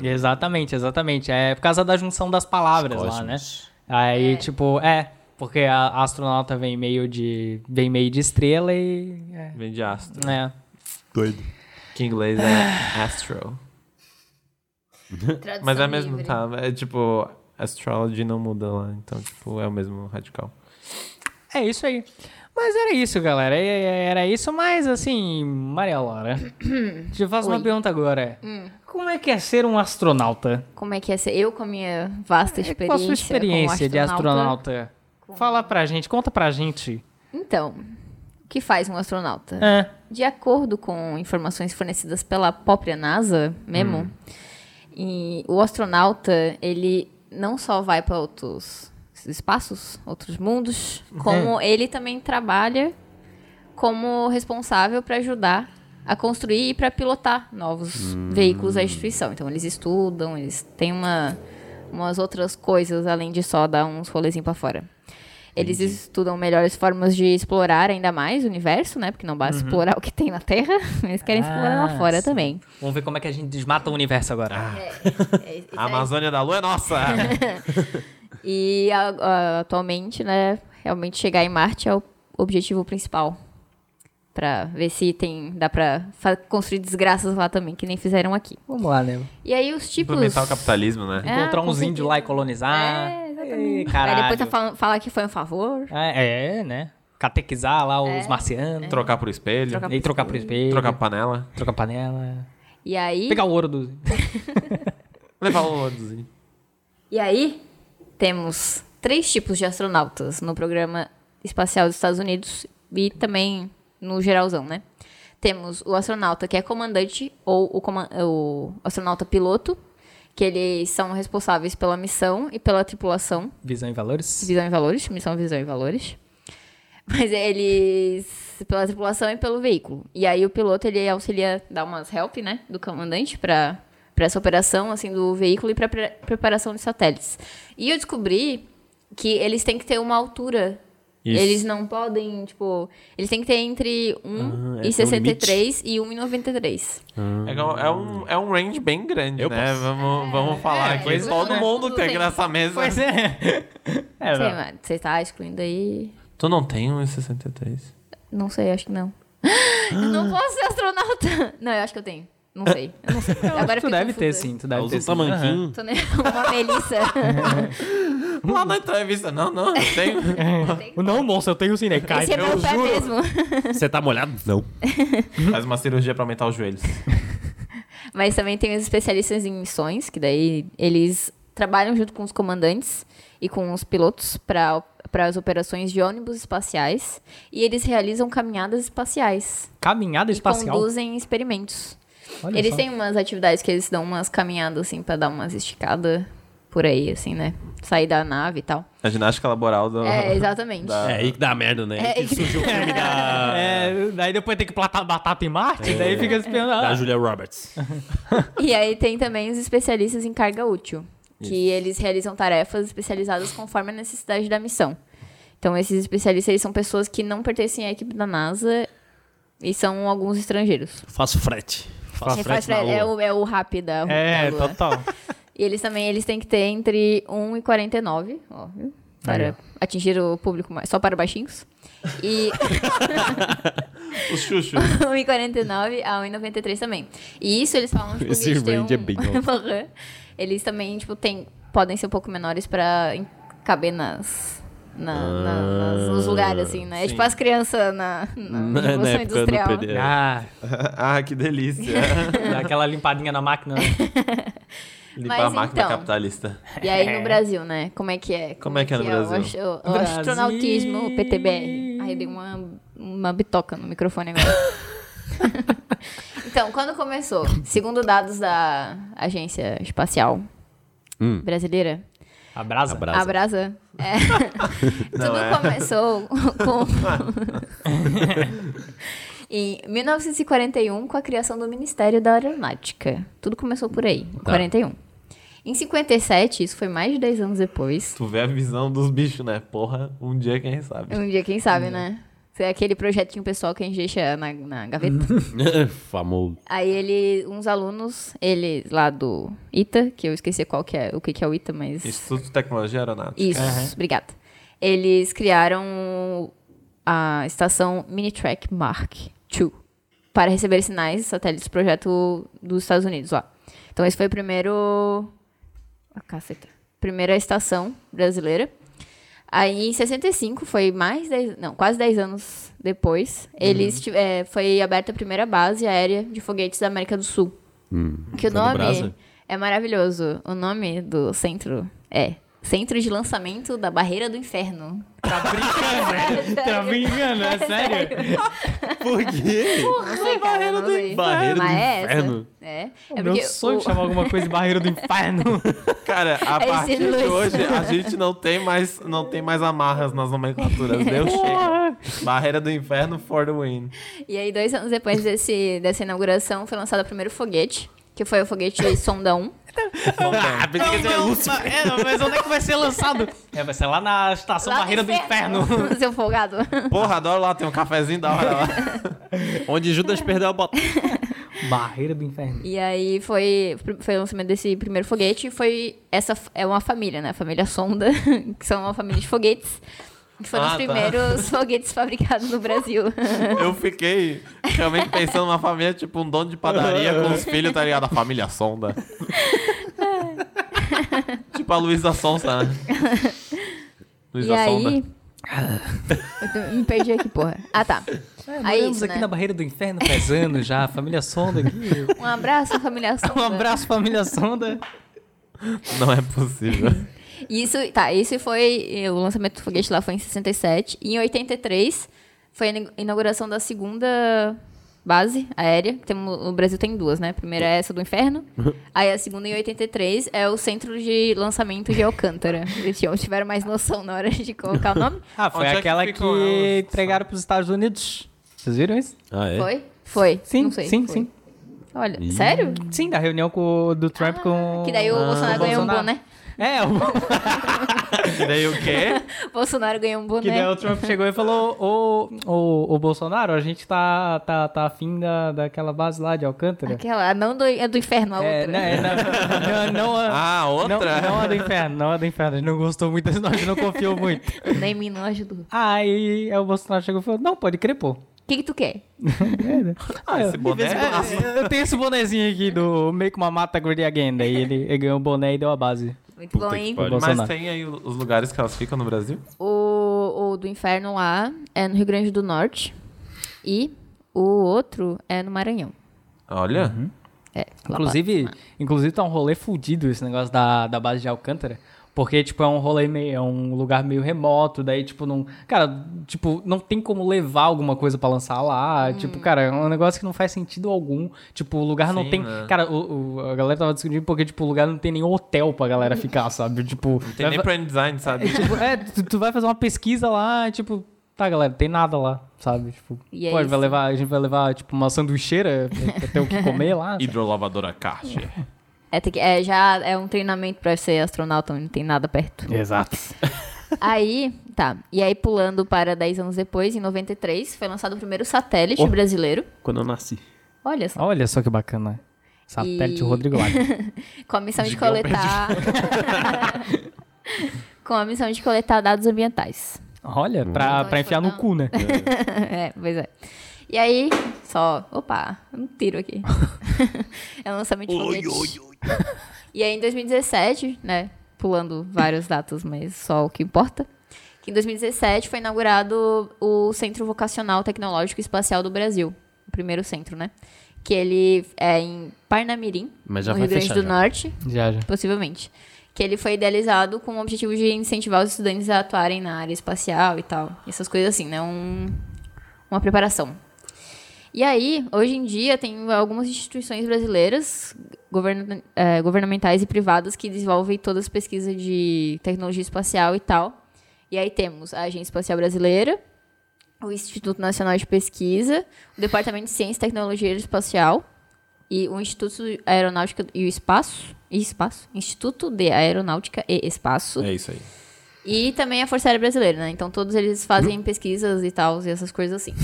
Ah, Exatamente, exatamente. É por causa da junção das palavras lá, né? cosmos. Aí, tipo, é, porque a a astronauta vem meio de. vem meio de estrela e. É. Vem de astro. é. Doido. Que em inglês é astro. Tradução Mas é mesmo, livre. tá? É tipo, astrology não muda lá. Então, tipo, é o mesmo radical. É isso aí. Mas era isso, galera. É- é- Era isso, mas assim, Maria Laura. te faço uma Oi. Hum. pergunta agora. Como é que é ser um astronauta? Como é que é ser? Eu com a minha vasta experiência. Qual É, a sua experiência como de astronauta? Fala pra gente, conta pra gente. Então, o que faz um astronauta? É. De acordo com informações fornecidas pela própria NASA, mesmo, Hum. e o astronauta, ele não só vai para outros espaços, outros mundos, Uhum. como ele também trabalha como responsável para ajudar a construir e para pilotar novos Hum. veículos da instituição. Então, eles estudam, eles têm uma, umas outras coisas além de só dar uns rolezinhos para fora. Eles estudam melhores formas de explorar ainda mais o universo, né? Porque não basta explorar o que tem na Terra, eles querem explorar Uhum. Ah, lá fora sim. também. Vamos ver como é que a gente desmata o universo agora. É. A Amazônia da Lua é nossa! E a- a- atualmente, né, realmente chegar em Marte é o objetivo principal Pra ver se tem. Dá pra fa- construir desgraças lá também, que nem fizeram aqui. Vamos lá, né? E aí os tipos. Implementar o capitalismo, né? É, Encontrar com uns índios certeza. lá e colonizar. É, Ei, exatamente. caralho. Aí depois tá falando, fala que foi um favor. É, é, né? Catequizar lá É, os marcianos. Trocar por espelho. Trocar E É. trocar por espelho. Trocar panela. trocar panela. E aí. Pegar o ouro dos. Levar o ônibusinho. E aí, temos três tipos de astronautas no programa espacial dos Estados Unidos e também no geralzão, né? Temos o astronauta que é comandante ou o, coman- o astronauta piloto, que eles são responsáveis pela missão e pela tripulação, Visão e valores. visão e valores, missão, visão e valores. Mas eles pela tripulação e pelo veículo. E aí o piloto ele auxilia dá umas help, né, do comandante para para essa operação assim do veículo e para preparação de satélites. E eu descobri que eles têm que ter uma altura. Isso. Eles não podem, tipo, eles têm que ter entre Ah, 1 e é 63 e 1 e 93. É, igual- é um, é um range bem grande, Eu né? posso. Vamos, vamos falar aqui. pois é, Todo né? mundo Tudo tem bem. nessa mesa. Pois é. É, Sei, não. mas Você tá excluindo aí? Tu não tem 1,63? Não sei, acho que não. eu não posso ser astronauta. Não, eu acho que eu tenho. Não sei. Eu não sei. Agora eu tu fiquei deve confusa. ter, sim. Tu deve Usa ter. um sim. tamanquinho. Tô nem uma Melissa. Lá na entrevista. Não, não, eu tenho. Aham. Não, moça, eu tenho sim, né? Cai. Esse é meu pé mesmo. Você tá molhado? Não. Faz uma cirurgia pra aumentar os joelhos. Mas também tem os especialistas em missões, que daí eles trabalham junto com os comandantes e com os pilotos para para as operações de ônibus espaciais e eles realizam caminhadas espaciais Caminhada e espacial. conduzem experimentos. Olha eles só. têm umas atividades que eles dão umas caminhadas assim para dar umas esticada por aí assim, né? Sair da nave e tal. A ginástica laboral do... É, exatamente. É aí que dá merda, né? É, Aí que surgiu o filme da, É, daí depois tem que plantar batata em Marte, daí fica se pensando. da ah, Julia Roberts. E aí tem também os especialistas em carga útil, que eles realizam tarefas especializadas conforme a necessidade da missão. Então, esses especialistas eles são pessoas que não pertencem à equipe da NASA e são alguns estrangeiros. Faço frete. Faço Quem frete faz na fre- é lua. tá. o, é o RAP da, É, da Lua. total. E eles também eles têm que ter entre 1 e 49, óbvio, para atingir o público mais, só para baixinhos. E Os chuchos. 1,49 a 1,93 também. E isso eles falam, tipo, Esse que eles têm um... range é bem alto. Aham. Eles também, tipo, tem... podem ser um pouco menores pra en- caber nas... na- na- nas- nos lugares, assim, né? É tipo as crianças na, na, Ah, Na- na Revolução época do Industrial. PD. Ah, ah, que delícia. dá aquela limpadinha na máquina. né? Limpar Mas a máquina então. capitalista. E aí no Brasil, né? Como é que é? Como é que é no o Brasil? ast- O, o astronautismo, o PTBR. Aí dei uma, uma bitoca no microfone agora. então, quando começou? Segundo dados da Agência Espacial Hum. Brasileira, A brasa. Abraço. a Brasa, é, tudo é. começou com... em 1941, com a criação do Ministério da Aeronáutica. Tudo começou por aí, em 41. Em 57, isso foi mais de 10 anos depois, Tu vê a visão dos bichos, né? Porra, um dia quem sabe. um dia, quem sabe, né? Se é aquele projetinho pessoal que a gente deixa na, na gaveta. Famoso. Aí ele, uns alunos, eles lá do ITA, que eu esqueci qual que é, o que que é o ITA, mas... Instituto de Tecnologia Aeronáutica. Isso, obrigada. Eles criaram a estação Minitrack Mark II para receber sinais de satélites do projeto dos Estados Unidos lá. Então esse foi o primeiro... Ah, caceta. Primeira estação brasileira. Aí em 65, foi mais 10, não, quase 10 anos depois, eles tive- eh, foi aberta a primeira base aérea de foguetes da América do Sul. Que o Foi no nome Brasa? é maravilhoso. O nome do centro é Centro de Lançamento da Barreira do Inferno. Tá brincando, né? Tá brincando, é sério? Por quê? Não sei, cara, Barreira não do sei. Barreira do Mas é essa. Inferno? É. é Meu porque sonho o- de chamar alguma coisa de barreira do inferno. Cara, a Esse partir de Luiz. hoje, a gente não tem mais, não tem mais amarras nas nomenclaturas. Deu chega. Barreira do inferno for the win. E aí, dois anos depois desse, dessa inauguração, foi lançado o primeiro foguete, que foi o foguete Sonda 1. Ah, pensei que ia ser Lúcifer. É, não, mas onde é que vai ser lançado? É, vai ser lá na estação Lá no Barreira do Inferno. Seu folgado. Porra, adoro lá, tem um cafezinho da hora lá. Onde Judas perdeu a bota. Barreira do Inferno. E aí foi, foi o lançamento desse primeiro foguete. e Foi essa f- é uma família, né? A família Sonda, que são uma família de foguetes. Que foram Ah, os tá. primeiros foguetes fabricados no Brasil. Eu fiquei realmente pensando numa família, tipo, um dono de padaria com os filhos, tá ligado? A família Sonda. tipo a Luísa Sonsa, né? e Luísa aí. Sonda. Eu tô- me perdi aqui, porra. Ah, tá. aí, Estamos isso, É, aqui né? na Barreira do Inferno faz anos já. Família Sonda aqui. Um abraço, família Sonda. Um abraço, família Sonda. Não é possível. E Isso, tá, isso foi. eh, O lançamento do foguete lá foi em 67. E em 83 foi a ina- inauguração da segunda base aérea. que Temos, no Brasil tem duas, né? A primeira é essa do inferno. aí a segunda em 83 é o centro de lançamento de Alcântara. Eles tinham- tiveram mais noção na hora de colocar o nome. Ah, foi Onde é que aquela que, ficam elas? entregaram pros Estados Unidos. Vocês viram isso? Ah, é? Foi? Foi. Sim, Não sei, sim, foi. sim. Olha, sério? Sim, da reunião com, o- do Trump com. Que daí o Bolsonaro com Ah, o ganhou um Bolsonaro. boné. É, o, E daí o quê? O Bolsonaro ganhou um boné. que daí é, o Trump chegou e falou: Ô, ô, ô Bolsonaro, a gente tá, tá, tá afim da, daquela base lá de Alcântara. Aquela, não do, é do inferno, a É, outra. né, não, não, não, a- Ah, outra? Não, não a do inferno, não a do inferno. A gente não gostou muito, desse nome, a gente não confiou é muito. Nem em mim não ajudou. Aí, aí o Bolsonaro chegou e falou: Não, pode crer, pô. O que, que tu quer? Ah, Esse boné é massa. eu, eu tenho esse bonezinho aqui do Make Uma Mata Great Again. Daí ele, ele ganhou o boné e deu a base. Muito Puta bom, que hein? pariu. Mas Bolsonaro. tem aí os lugares que elas ficam no Brasil? O, o do inferno lá é no Rio Grande do Norte. E o outro é no Maranhão. Olha. Uhum. É, lá Inclusive, né? inclusive tá um rolê fudido esse negócio da, da base de Alcântara. Porque, tipo, é um rolê meio. É um lugar meio remoto. Daí, tipo, não. Cara, tipo, não tem como levar alguma coisa pra lançar lá. Hum. Tipo, cara, é um negócio que não faz sentido algum. Tipo, o lugar não Sim, tem. né? Cara, o- o- a galera tava discutindo porque, tipo, o lugar não tem nem hotel pra galera ficar, sabe? Tipo. Não tem nem brand design, sabe? Tipo, é, tu, tu vai fazer uma pesquisa lá, tipo, tá, galera, tem nada lá, sabe? Tipo, E é pô, a gente vai isso. levar, a gente vai levar, tipo, uma sanduicheira pra, pra ter o que comer lá. sabe? Hidrolavadora Karcher. É, tem que- é, já é um treinamento pra ser astronauta, não tem nada perto. Exato. Aí, tá. E aí, pulando para 10 anos depois, em 93, foi lançado o primeiro Oh. satélite brasileiro. Quando eu nasci. Olha só. Olha só que bacana. Satélite E- Rodrigo Lago. Com a missão de Digão coletar. com a missão de coletar dados ambientais. Olha, pra, Não, pra enfiar no não. cu, né? É, pois é. E aí, só. Opa, um tiro aqui. é um lançamento de foguete. E aí, em 2017, né? Pulando várias datas, mas só o que importa. Que em 2017 foi inaugurado o Centro Vocacional Tecnológico Espacial do Brasil. O primeiro centro, né? Que ele é em Parnamirim, Mas já no vai Rio Grande fechar do já. Norte Já, já. possivelmente. Que ele foi idealizado com o objetivo de incentivar os estudantes a atuarem na área espacial e tal. Essas coisas assim, né? Um, uma preparação. E aí, hoje em dia, tem algumas instituições brasileiras, governa- eh, governamentais e privadas, que desenvolvem todas as pesquisas de tecnologia espacial e tal. E aí temos a Agência Espacial Brasileira, o Instituto Nacional de Pesquisa, o Departamento de Ciência, Tecnologia e Espacial, e o Instituto Aeronáutica e o Espaço, e Espaço, Instituto de Aeronáutica e Espaço, É isso aí. e também a Força Aérea Brasileira, né? Então todos eles fazem pesquisas e tal, e essas coisas assim.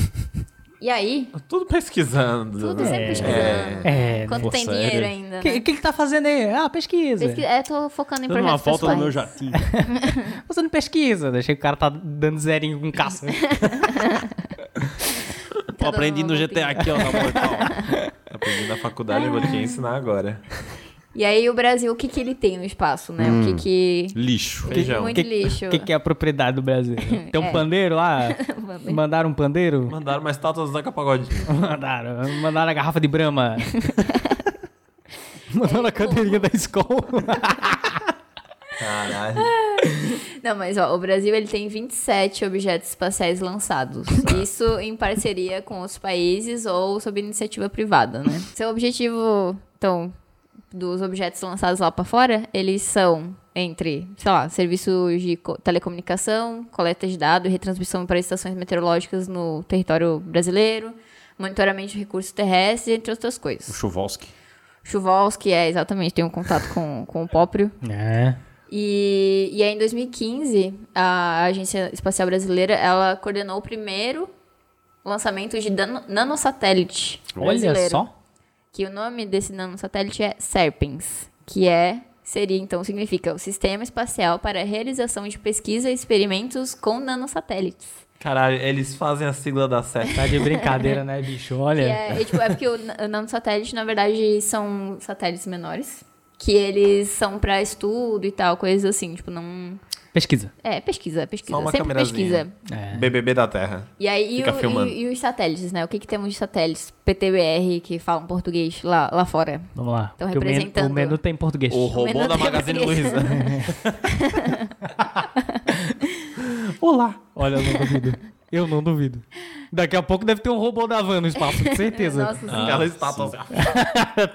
E aí, Tá Tudo pesquisando. tudo né? sempre pesquisando. É. Quanto tem Força dinheiro Aérea. ainda, O né? que, que que tá fazendo aí? Ah, pesquisa. Pesqui- É, tô focando em Dando uma projetos volta no meu pessoais. Tá jatinho. Fazendo pesquisa. Deixei que o cara tá dando zerinho com caça. Tá dando aprendi uma no voltinha. GTA aqui, ó, na portal. Aprendi na faculdade, eu vou te ensinar agora. E aí o Brasil, o que que ele tem no espaço, né? O que que... Lixo. Ele tem Feijão. muito que, lixo. que, que é a propriedade do Brasil? Tem um É. pandeiro lá? Pandeiro. Mandaram um pandeiro? Mandaram uma estátua do Zeca Pagodinho. Mandaram. Mandaram a garrafa de brama. Mandaram É, a cadeirinha da escola. Caralho. Não, mas ó, o Brasil ele tem 27 objetos espaciais lançados. Isso em parceria com outros países ou sob iniciativa privada, né? Seu objetivo, então, dos objetos lançados lá pra fora, eles são entre, sei lá, serviços de co- telecomunicação, coleta de dados, retransmissão para estações meteorológicas no território brasileiro, monitoramento de recursos terrestres, entre outras coisas. Chuvalski. Chuvalsky é exatamente, tem um contato com, com o próprio. É. E, e aí, em 2015, a Agência Espacial Brasileira ela coordenou o primeiro lançamento de dano- nanosatélite Olha brasileiro. só. Que o nome desse nanosatélite é Serpens, que é seria então significa o Sistema Espacial para a Realização de Pesquisa e Experimentos com Nanosatélites. Caralho, eles fazem a sigla da certa. Tá de brincadeira, né, bicho? Que Olha. é, é, tipo, é porque o, na- o nanosatélite, na verdade, são satélites menores. Que eles são para estudo e tal, coisas assim, tipo, não. Pesquisa. É, pesquisa, pesquisa. Só uma Sempre câmerazinha. pesquisa. É. BBB da Terra. E aí, e, Fica o- filmando. e- e os satélites, né? O que, que temos de satélites? PTBR, que falam português lá, lá fora. Vamos lá. Então, porque o men- representando- O menu tem português. O robô robô da da tem Magazine Magazine português. Luiza. Olá. Olha, eu não duvido. Eu não duvido. Daqui a pouco deve ter um robô da van no espaço, com certeza. Nossa, sim. Aquela estátua. assim,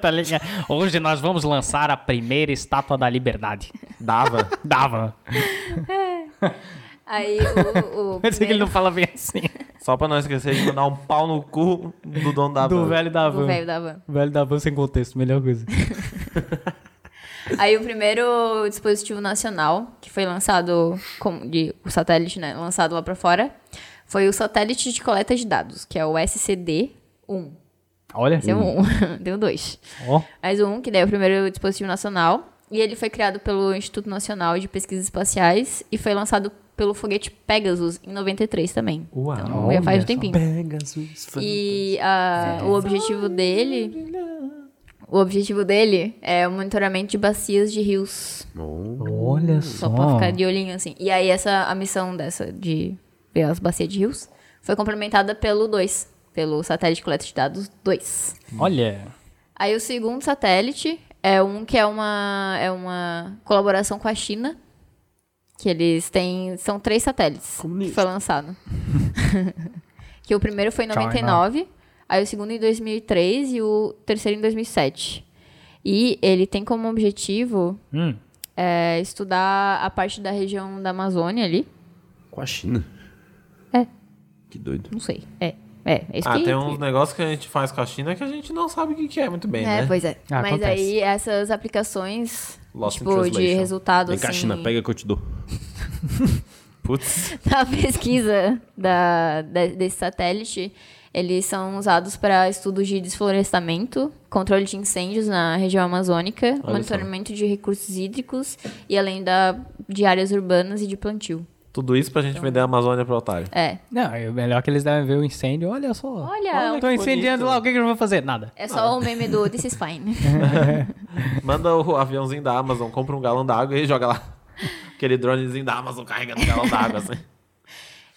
tá ligado? Hoje nós vamos lançar a primeira estátua da liberdade. Dava. Da van. Aí o. o Eu sei que ele primeiro- não fala bem assim. Só pra não esquecer de mandar um pau no cu do dono da Do van. velho da do van. velho da van. Velho da van sem contexto, melhor coisa. Aí o primeiro dispositivo nacional que foi lançado, com, de, o satélite né, lançado lá pra fora, foi o satélite de coleta de dados, que é o SCD-1. Olha. Esse é o Hum. 1, deu dois. Ó. Mas o 1, que daí é o primeiro dispositivo nacional, e ele foi criado pelo Instituto Nacional de Pesquisas Espaciais e foi lançado pelo foguete Pegasus em 93 também. Uau. Então, já faz olha um tempinho. Pegasus. E ah, o objetivo dele. O objetivo dele é o monitoramento de bacias de rios. Olha Só pra ficar de olhinho assim. E aí, essa, a missão dessa de ver as bacias de rios foi complementada pelo 2, pelo satélite de coleta de dados 2. Olha. Aí, o segundo satélite é um que é uma, é uma colaboração com a China. Que eles têm. São três satélites que foi lançado. que o primeiro foi em China. 99, aí o segundo em 2003 e o terceiro em 2007. E ele tem como objetivo Hum. é, estudar a parte da região da Amazônia ali. Com a China. É. Que doido. Não sei. É. É, é isso Ah, que tem uns negócios que a gente faz com a China que a gente não sabe o que, que é muito bem, É, né? pois é. Ah, Mas acontece. aí essas aplicações, Lost in tipo, de translation. resultado, Vem cá, assim, China, pega que eu te dou. Putz. da pesquisa da, da- desse satélite, eles são usados para estudos de desflorestamento, controle de incêndios na região amazônica, monitoramento de recursos hídricos e além da, de áreas urbanas e de plantio. Tudo isso pra Então. gente vender a Amazônia pro otário. É. Não, é melhor que eles devem ver o incêndio. Olha só. Olha, Tô incendiando lá, o que, que eu vou fazer? Nada. é só o meme do This is fine. Manda o aviãozinho da Amazon, compra um galão d'água e joga lá. Aquele dronezinho da Amazon carregando um galão d'água, assim.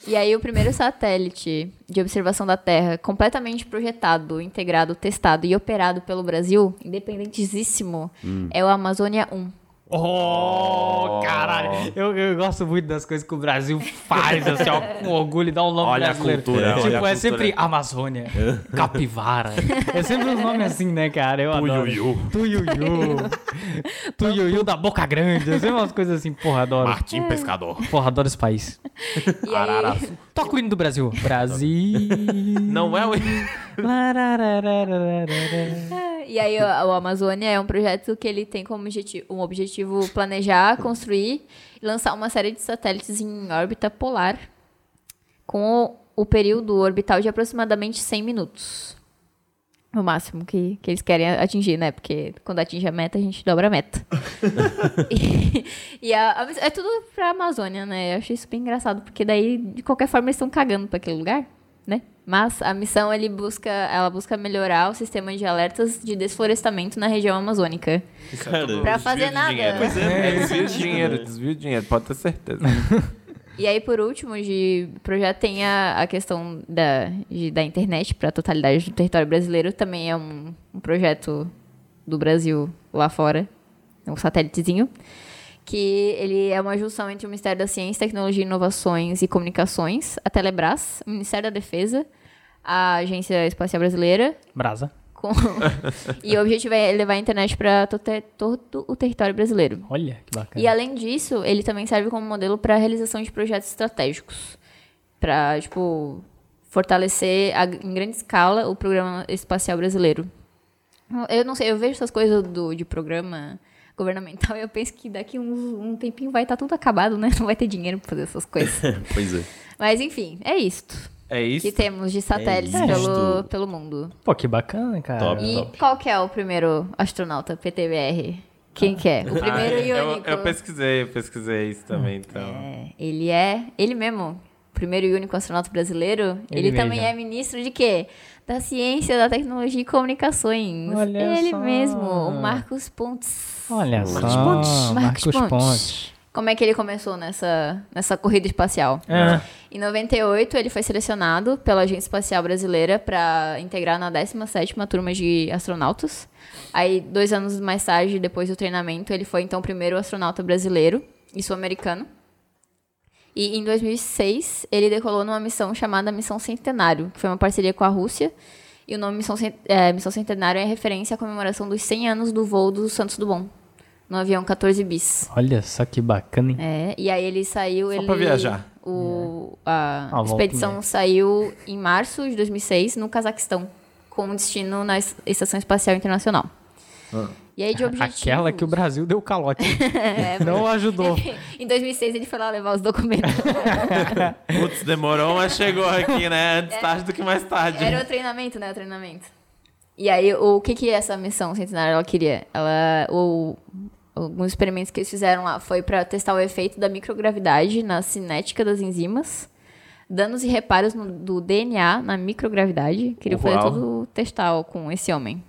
E aí, o primeiro satélite de observação da Terra, completamente projetado, integrado, testado e operado pelo Brasil, independentíssimo, é o Amazônia 1. Oh, caralho. Eu, eu gosto muito das coisas que o Brasil faz, assim, ó, com orgulho, dá um nome Olha a brasileiro. cultura, tipo, olha a é cultura. sempre Amazônia, Capivara. É sempre um nome assim, né, cara? Eu adoro. Tuiuiu. Tuiuiu. Tuiuiu da Boca Grande. É sempre umas coisas assim, porra, adoro. Martim Pescador. Porra, adoro esse país. E aí, Araraçu. Toca o hino do Brasil. Brasil. Não é o... Larararararara. e aí, o o Amazônia é um projeto que ele tem como objetivo, um objetivo planejar, construir e lançar uma série de satélites em órbita polar com o, o período orbital de aproximadamente 100 minutos. O máximo que, que eles querem atingir, né? Porque quando atinge a meta, a gente dobra a meta. E, e a- a- é tudo pra Amazônia, né? Eu achei isso bem engraçado, porque daí, de qualquer forma, eles estão cagando pra aquele lugar, né? Mas a missão, ele busca, ela busca melhorar o sistema de alertas de desflorestamento na região amazônica. Cara, Pra fazer nada. É, desvio de dinheiro, desvio de dinheiro, pode ter certeza. E aí, por último, de projeto tem a, a questão da, de- da internet para a totalidade do território brasileiro. Também é um, um projeto do Brasil lá fora, é um satélitezinho, que ele é uma junção entre o Ministério da Ciência, Tecnologia, Inovações e Comunicações, a Telebrás, o Ministério da Defesa, a Agência Espacial Brasileira, Brasa. com- e o objetivo é levar a internet para todo o território brasileiro. Olha, que bacana. E além disso, ele também serve como modelo para a realização de projetos estratégicos. Para, tipo, fortalecer a- em grande escala o programa espacial brasileiro. Eu não sei, eu vejo essas coisas do, de programa governamental e eu penso que daqui uns, um tempinho vai estar tudo acabado, né? Não vai ter dinheiro para fazer essas coisas. Pois é. Mas enfim, é isto É isso? que temos de satélites isto. pelo, pelo mundo. Pô, que bacana, cara. Top. é E qual que é o primeiro astronauta PTBR? Quem que é? O primeiro e Ah, eu, único. eu pesquisei, eu pesquisei isso também, então. É, ele é ele mesmo, primeiro e único astronauta brasileiro. Ele Ele, mesmo. também é ministro de quê? Da Ciência, da Tecnologia e Comunicações. Olha ele só. mesmo, o Marcos Pontes. Olha só. Marcos Pontes. Marcos Marcos Pontes. Pontes. Como é que ele começou nessa, nessa corrida espacial? É. Em 98, ele foi selecionado pela Agência Espacial Brasileira para integrar na 17ª turma de astronautas. Aí, dois anos mais tarde, depois do treinamento, ele foi então o primeiro astronauta brasileiro e sul-americano. E em 2006, ele decolou numa missão chamada Missão Centenário, que foi uma parceria com a Rússia. E o nome Missão, Cen- é, Missão Centenário é referência à comemoração dos 100 anos do voo do Santos Dumont, no avião 14 bis. Olha só que bacana, hein? É, e aí ele saiu. Só ele, pra viajar. O, É. a Uma volta expedição e meia. saiu em março de 2006 no Cazaquistão, com destino na es- Estação Espacial Internacional. E aí de objetivo. É, Aquela que o Brasil deu calote. Não ajudou. em 2006 ele foi lá levar os documentos. Putz, demorou, mas chegou aqui, né? Antes tarde do que mais tarde. Era o treinamento, né? O treinamento. E aí, o que que essa missão centenária ela queria? Ela, o, alguns experimentos que eles fizeram lá foi para testar o efeito da microgravidade na cinética das enzimas, danos e reparos no- do DNA na microgravidade. Queria fazer Uau. todo testar ó, com esse homem.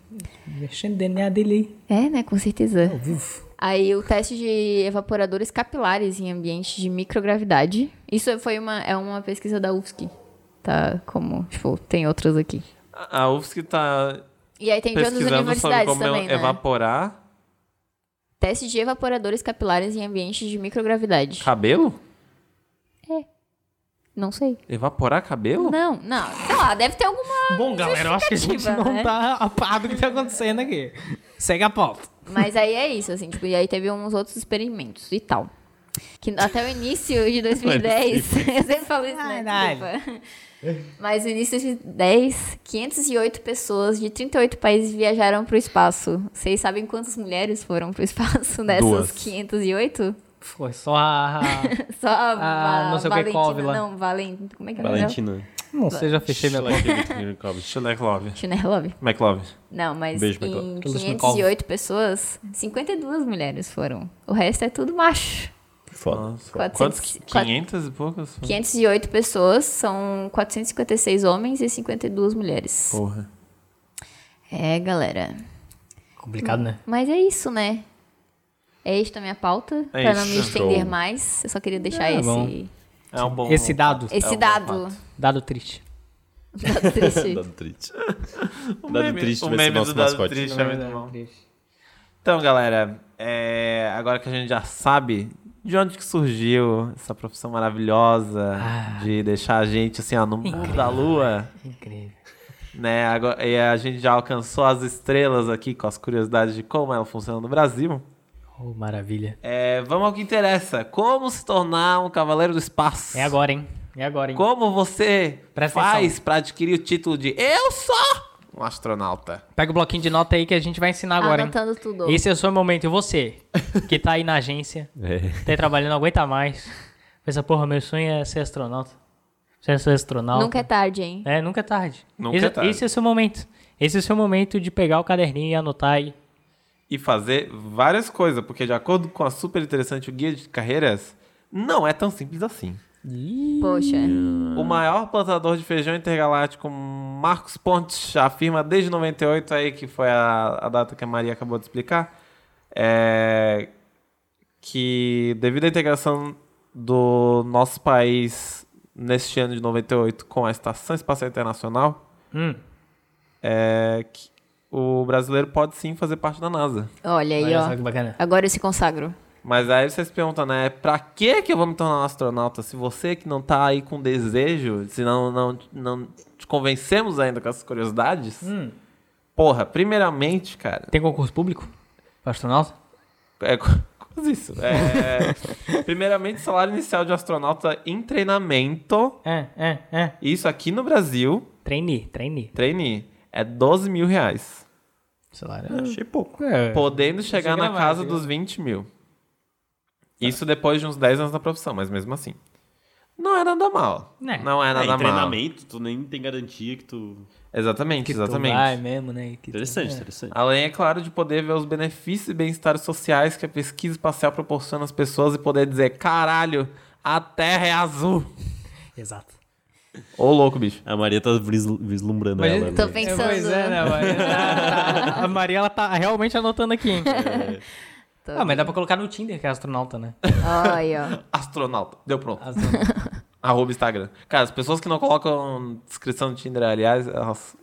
Mexendo o DNA dele aí. É, né? Com certeza. Aí o teste de evaporadores capilares em ambiente de microgravidade. Isso foi uma, é uma pesquisa da UFSC. Tá como, tipo, tem outras aqui. A a UFSC tá E aí tem de outras pesquisando sobre universidades como também, né? evaporar Teste de evaporadores capilares em ambientes de microgravidade. cabelo? Não sei. Evaporar cabelo? Não, não. Sei lá, deve ter alguma... Bom, galera, eu acho que a gente Justificativa, não né? tá a par do que tá acontecendo aqui. Segue a pauta. Mas aí é isso, assim. Tipo, e aí teve uns outros experimentos e tal. Que até o início de 2010... eu sempre falo isso, né? Caralho. Desculpa. Mas no início de 2010, 508 pessoas de 38 países viajaram pro espaço. Vocês sabem quantas mulheres foram pro espaço dessas Duas. 508? Foi só a. Só a, Ah, a não sei o que, Valentina. Kovila. não, Valent... Como é que é o nome dela? Valentina. Não sei, já fechei minha Ela é aquele que come. Xilelove. Chernelov. McLove. Não, Um mas Beijo, em Michael. Todas 508 pessoas, 52 mulheres foram. O resto é tudo macho. Foda. Quantos? 400, 500 e poucas? 508 pessoas são 456 homens e 52 mulheres. Porra. É, galera. Complicado, né? Mas é isso, né? É esta a minha pauta. É pra não me isso. estender Show. mais, eu só queria deixar É, bom. esse, É um bom... Esse dado. esse um bom dado. Dado triste. Dado triste. Dado triste. O Dado meme- triste o vai ser meme nosso do dado mascote. triste é muito bom. Então, galera, é, agora que a gente já sabe de onde que surgiu essa profissão maravilhosa Ah. de deixar a gente assim, ó, no mundo da lua, Incrível. né? Agora, e a gente já alcançou as estrelas aqui com as curiosidades de como ela funciona no Brasil. Oh, maravilha. É, vamos ao que interessa. Como se tornar um cavaleiro do espaço? É agora, hein? É agora, hein? Como você Presta faz atenção. pra adquirir o título de Eu sou um astronauta? Pega o bloquinho de nota aí que a gente vai ensinar agora, hein? Anotando tudo. Esse é o seu momento. E você, que tá aí na agência, É. tá aí trabalhando, não aguenta mais. Pensa, porra, meu sonho é ser astronauta. Ser ser astronauta. Nunca é tarde, hein? É, nunca é tarde. Nunca esse, é tarde. Esse é o seu momento. Esse é o seu momento de pegar o caderninho e anotar aí. e fazer várias coisas, porque de acordo com a super interessante o guia de carreiras, não é tão simples assim. Poxa. O maior plantador de feijão intergaláctico, Marcos Pontes, afirma desde 98 aí, que foi a, a data que a Maria acabou de explicar, é, que devido à integração do nosso país neste ano de 98 com a Estação Espacial Internacional, Hum. é, que o brasileiro pode sim fazer parte da NASA. Olha aí, Olha ó. só que bacana. Agora eu se consagro. Mas aí você se pergunta, né? Pra que que eu vou me tornar um astronauta? Se você que não tá aí com desejo, se não, não, não te convencemos ainda com essas curiosidades. Hum. Porra, primeiramente, cara. Tem concurso público? Pra astronauta? É, co- quase isso. É, primeiramente, salário inicial de astronauta em treinamento. É, é, é. Isso aqui no Brasil, Trainee, trainee. trainee, é 12 mil reais. Salário. Achei pouco. É. Podendo chegar que na era mais, casa viu? Tá. dos 20 mil. Isso depois de uns 10 anos na profissão, mas mesmo assim. Não é nada mal. É. Não é É, nada em mal. treinamento, tu nem tem garantia que tu. Exatamente, exatamente. Vai mesmo, né? Que tu- Interessante, é. interessante. Além, é claro, de poder ver os benefícios e bem-estar sociais que a pesquisa espacial proporciona às pessoas e poder dizer, caralho, a Terra é azul. Exato. Ô, louco, bicho. A Maria tá visl- vislumbrando Mas ela. eu Tô né? pensando. É, pois é, né, Maria? Tá- tá- a Maria, ela tá realmente anotando aqui, hein? Tô Ah, mas dá pra colocar no Tinder, que é astronauta, né? Olha, ó. Astronauta. Deu pronto. Astronauta. Arroba Instagram. Cara, as pessoas que não colocam descrição do Tinder, aliás, elas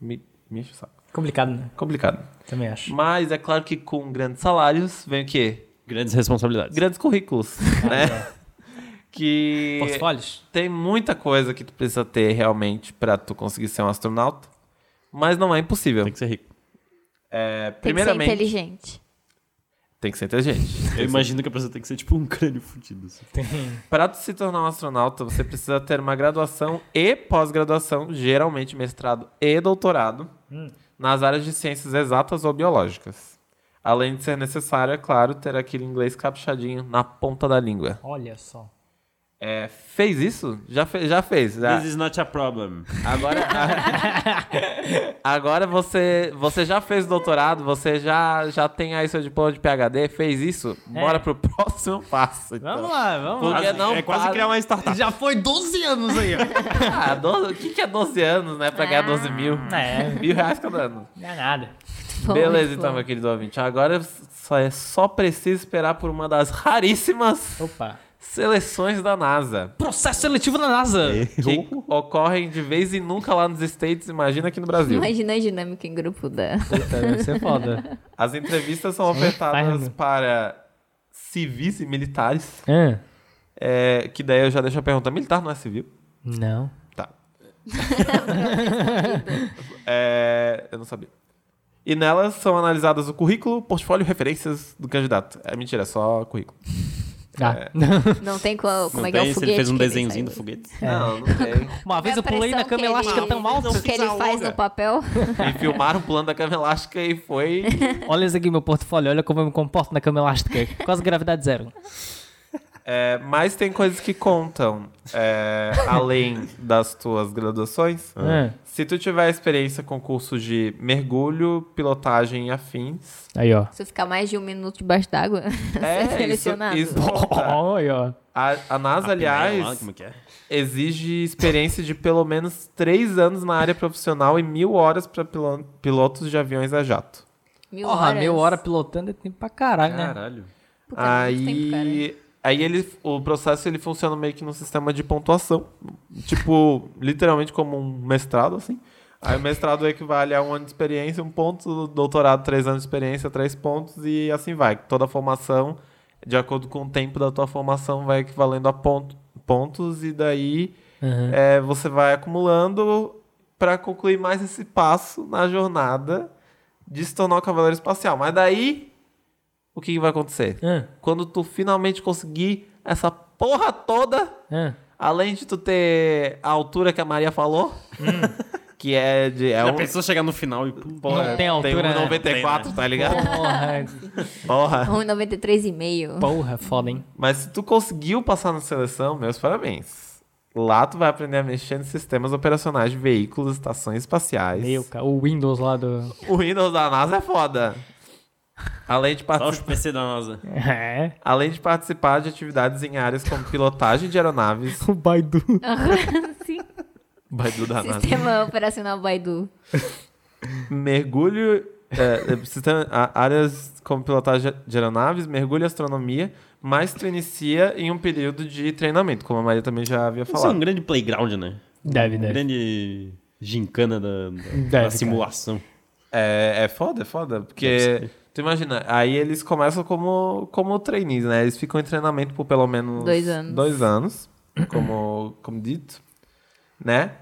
me, me enchem o saco. Complicado, né? Complicado. Também acho. Mas é claro que com grandes salários vem o quê? Grandes responsabilidades. Grandes currículos, né? que Portfólios? tem muita coisa que tu precisa ter realmente pra tu conseguir ser um astronauta, mas não é impossível. Tem que ser rico. É, Tem que ser primeiramente, inteligente. tem que ser inteligente. Eu imagino que a pessoa tem que ser tipo um crânio fudido. assim. Tem. Para se tornar um astronauta, você precisa ter uma graduação e pós-graduação, geralmente mestrado e doutorado, nas áreas de ciências exatas ou biológicas. Além de ser necessário, é claro, ter aquele inglês caprichadinho na ponta da língua. Olha só. É, fez isso? Já, fe já fez. Já. This is not a problem. Agora, agora você, você já fez doutorado, você já, já tem aí seu diploma de PhD, fez isso? Bora pro próximo passo. então. É. Vamos lá, vamos lá. Porque não é quase para- criar uma startup. Já foi 12 anos aí, ó. Ah, 12 o que, que é 12 anos, né? Pra ganhar 12 mil. É. Mil reais cada ano. Não é nada. Bom, Beleza, muito então, bom. meu querido ouvinte. Agora só, é só preciso esperar por uma das raríssimas Opa. seleções da NASA. Processo seletivo da NASA. É. Que ocorrem de vez em nunca lá nos States, imagina aqui no Brasil. Imagina a dinâmica em grupo da. Deve ser foda. As entrevistas são ofertadas inferno. para civis e militares. É, que daí eu já deixo a pergunta: militar não é civil? Não. Tá. É, eu não sabia. E nelas são analisadas o currículo, portfólio e referências do candidato. É mentira, é só currículo. Ah. Não tem qual, como Não é que é tem, o se foguete. ele fez um que desenhozinho do sai. foguete. É. Não, não tem. Uma Qual vez é eu a pulei pressão na cama que ele- elástica tão alta. Que ele faz no papel. E filmaram o plano da cama elástica e foi. Olha isso aqui, meu portfólio. Olha como eu me comporto na cama elástica. Quase gravidade zero. É, mas tem coisas que contam, é, além das tuas graduações. Ah. Se tu tiver experiência com cursos de mergulho, pilotagem e afins, Aí, ó. Se ficar mais de um minuto debaixo d'água, É, você isso- é selecionado. isso- Tá. Aí, ó. a, a NASA, Lá, aliás, como é que é? exige experiência de pelo menos três anos na área profissional e mil horas para pilotos de aviões a jato. Mil Porra, horas. meia hora pilotando é tempo pra caralho, né? Caralho. Puta, é muito tempo, cara. Aí, aí ele, o processo ele funciona meio que num sistema de pontuação, tipo literalmente como um mestrado assim. Aí o mestrado equivale a um ano de experiência, um ponto, doutorado três anos de experiência, três pontos e assim vai. Toda a formação, de acordo com o tempo da tua formação, vai equivalendo a ponto- pontos e daí Aham. É, você vai acumulando pra concluir mais esse passo na jornada de se tornar um cavaleiro espacial. Mas daí, o que, que vai acontecer? Ah, Quando tu finalmente conseguir essa porra toda, ah. além de tu ter a altura que a Maria falou, que é de. É Já um, pensou chegar no final e. pum, Não é, tem altura, né? 1,94, tá ligado? Porra, é Porra. 1,93,5. porra, é foda, hein? Mas se tu conseguiu passar na seleção, meus parabéns. Lá tu vai aprender a mexer nos sistemas operacionais de veículos, estações espaciais. Meu, cara. O Windows lá do. O Windows da NASA é foda. Além de, Só os partici- PC da NASA. É. Além de participar de atividades em áreas como pilotagem de aeronaves. O Baidu. Sim. Baidu da NASA. Sistema operacional Baidu. Mergulho. é, é, sistema- a- áreas como pilotagem de aeronaves, mergulho e astronomia, mas tu inicia em um período de treinamento, como a Maria também já havia Isso é um falado. grande playground, né? Deve, Um deve. grande gincana da, da- da É. cara. simulação. É, é foda, é foda, porque tu imagina, aí eles começam como, como trainees, né? Eles ficam em treinamento por pelo menos Dois anos. dois anos, como, como dito, né?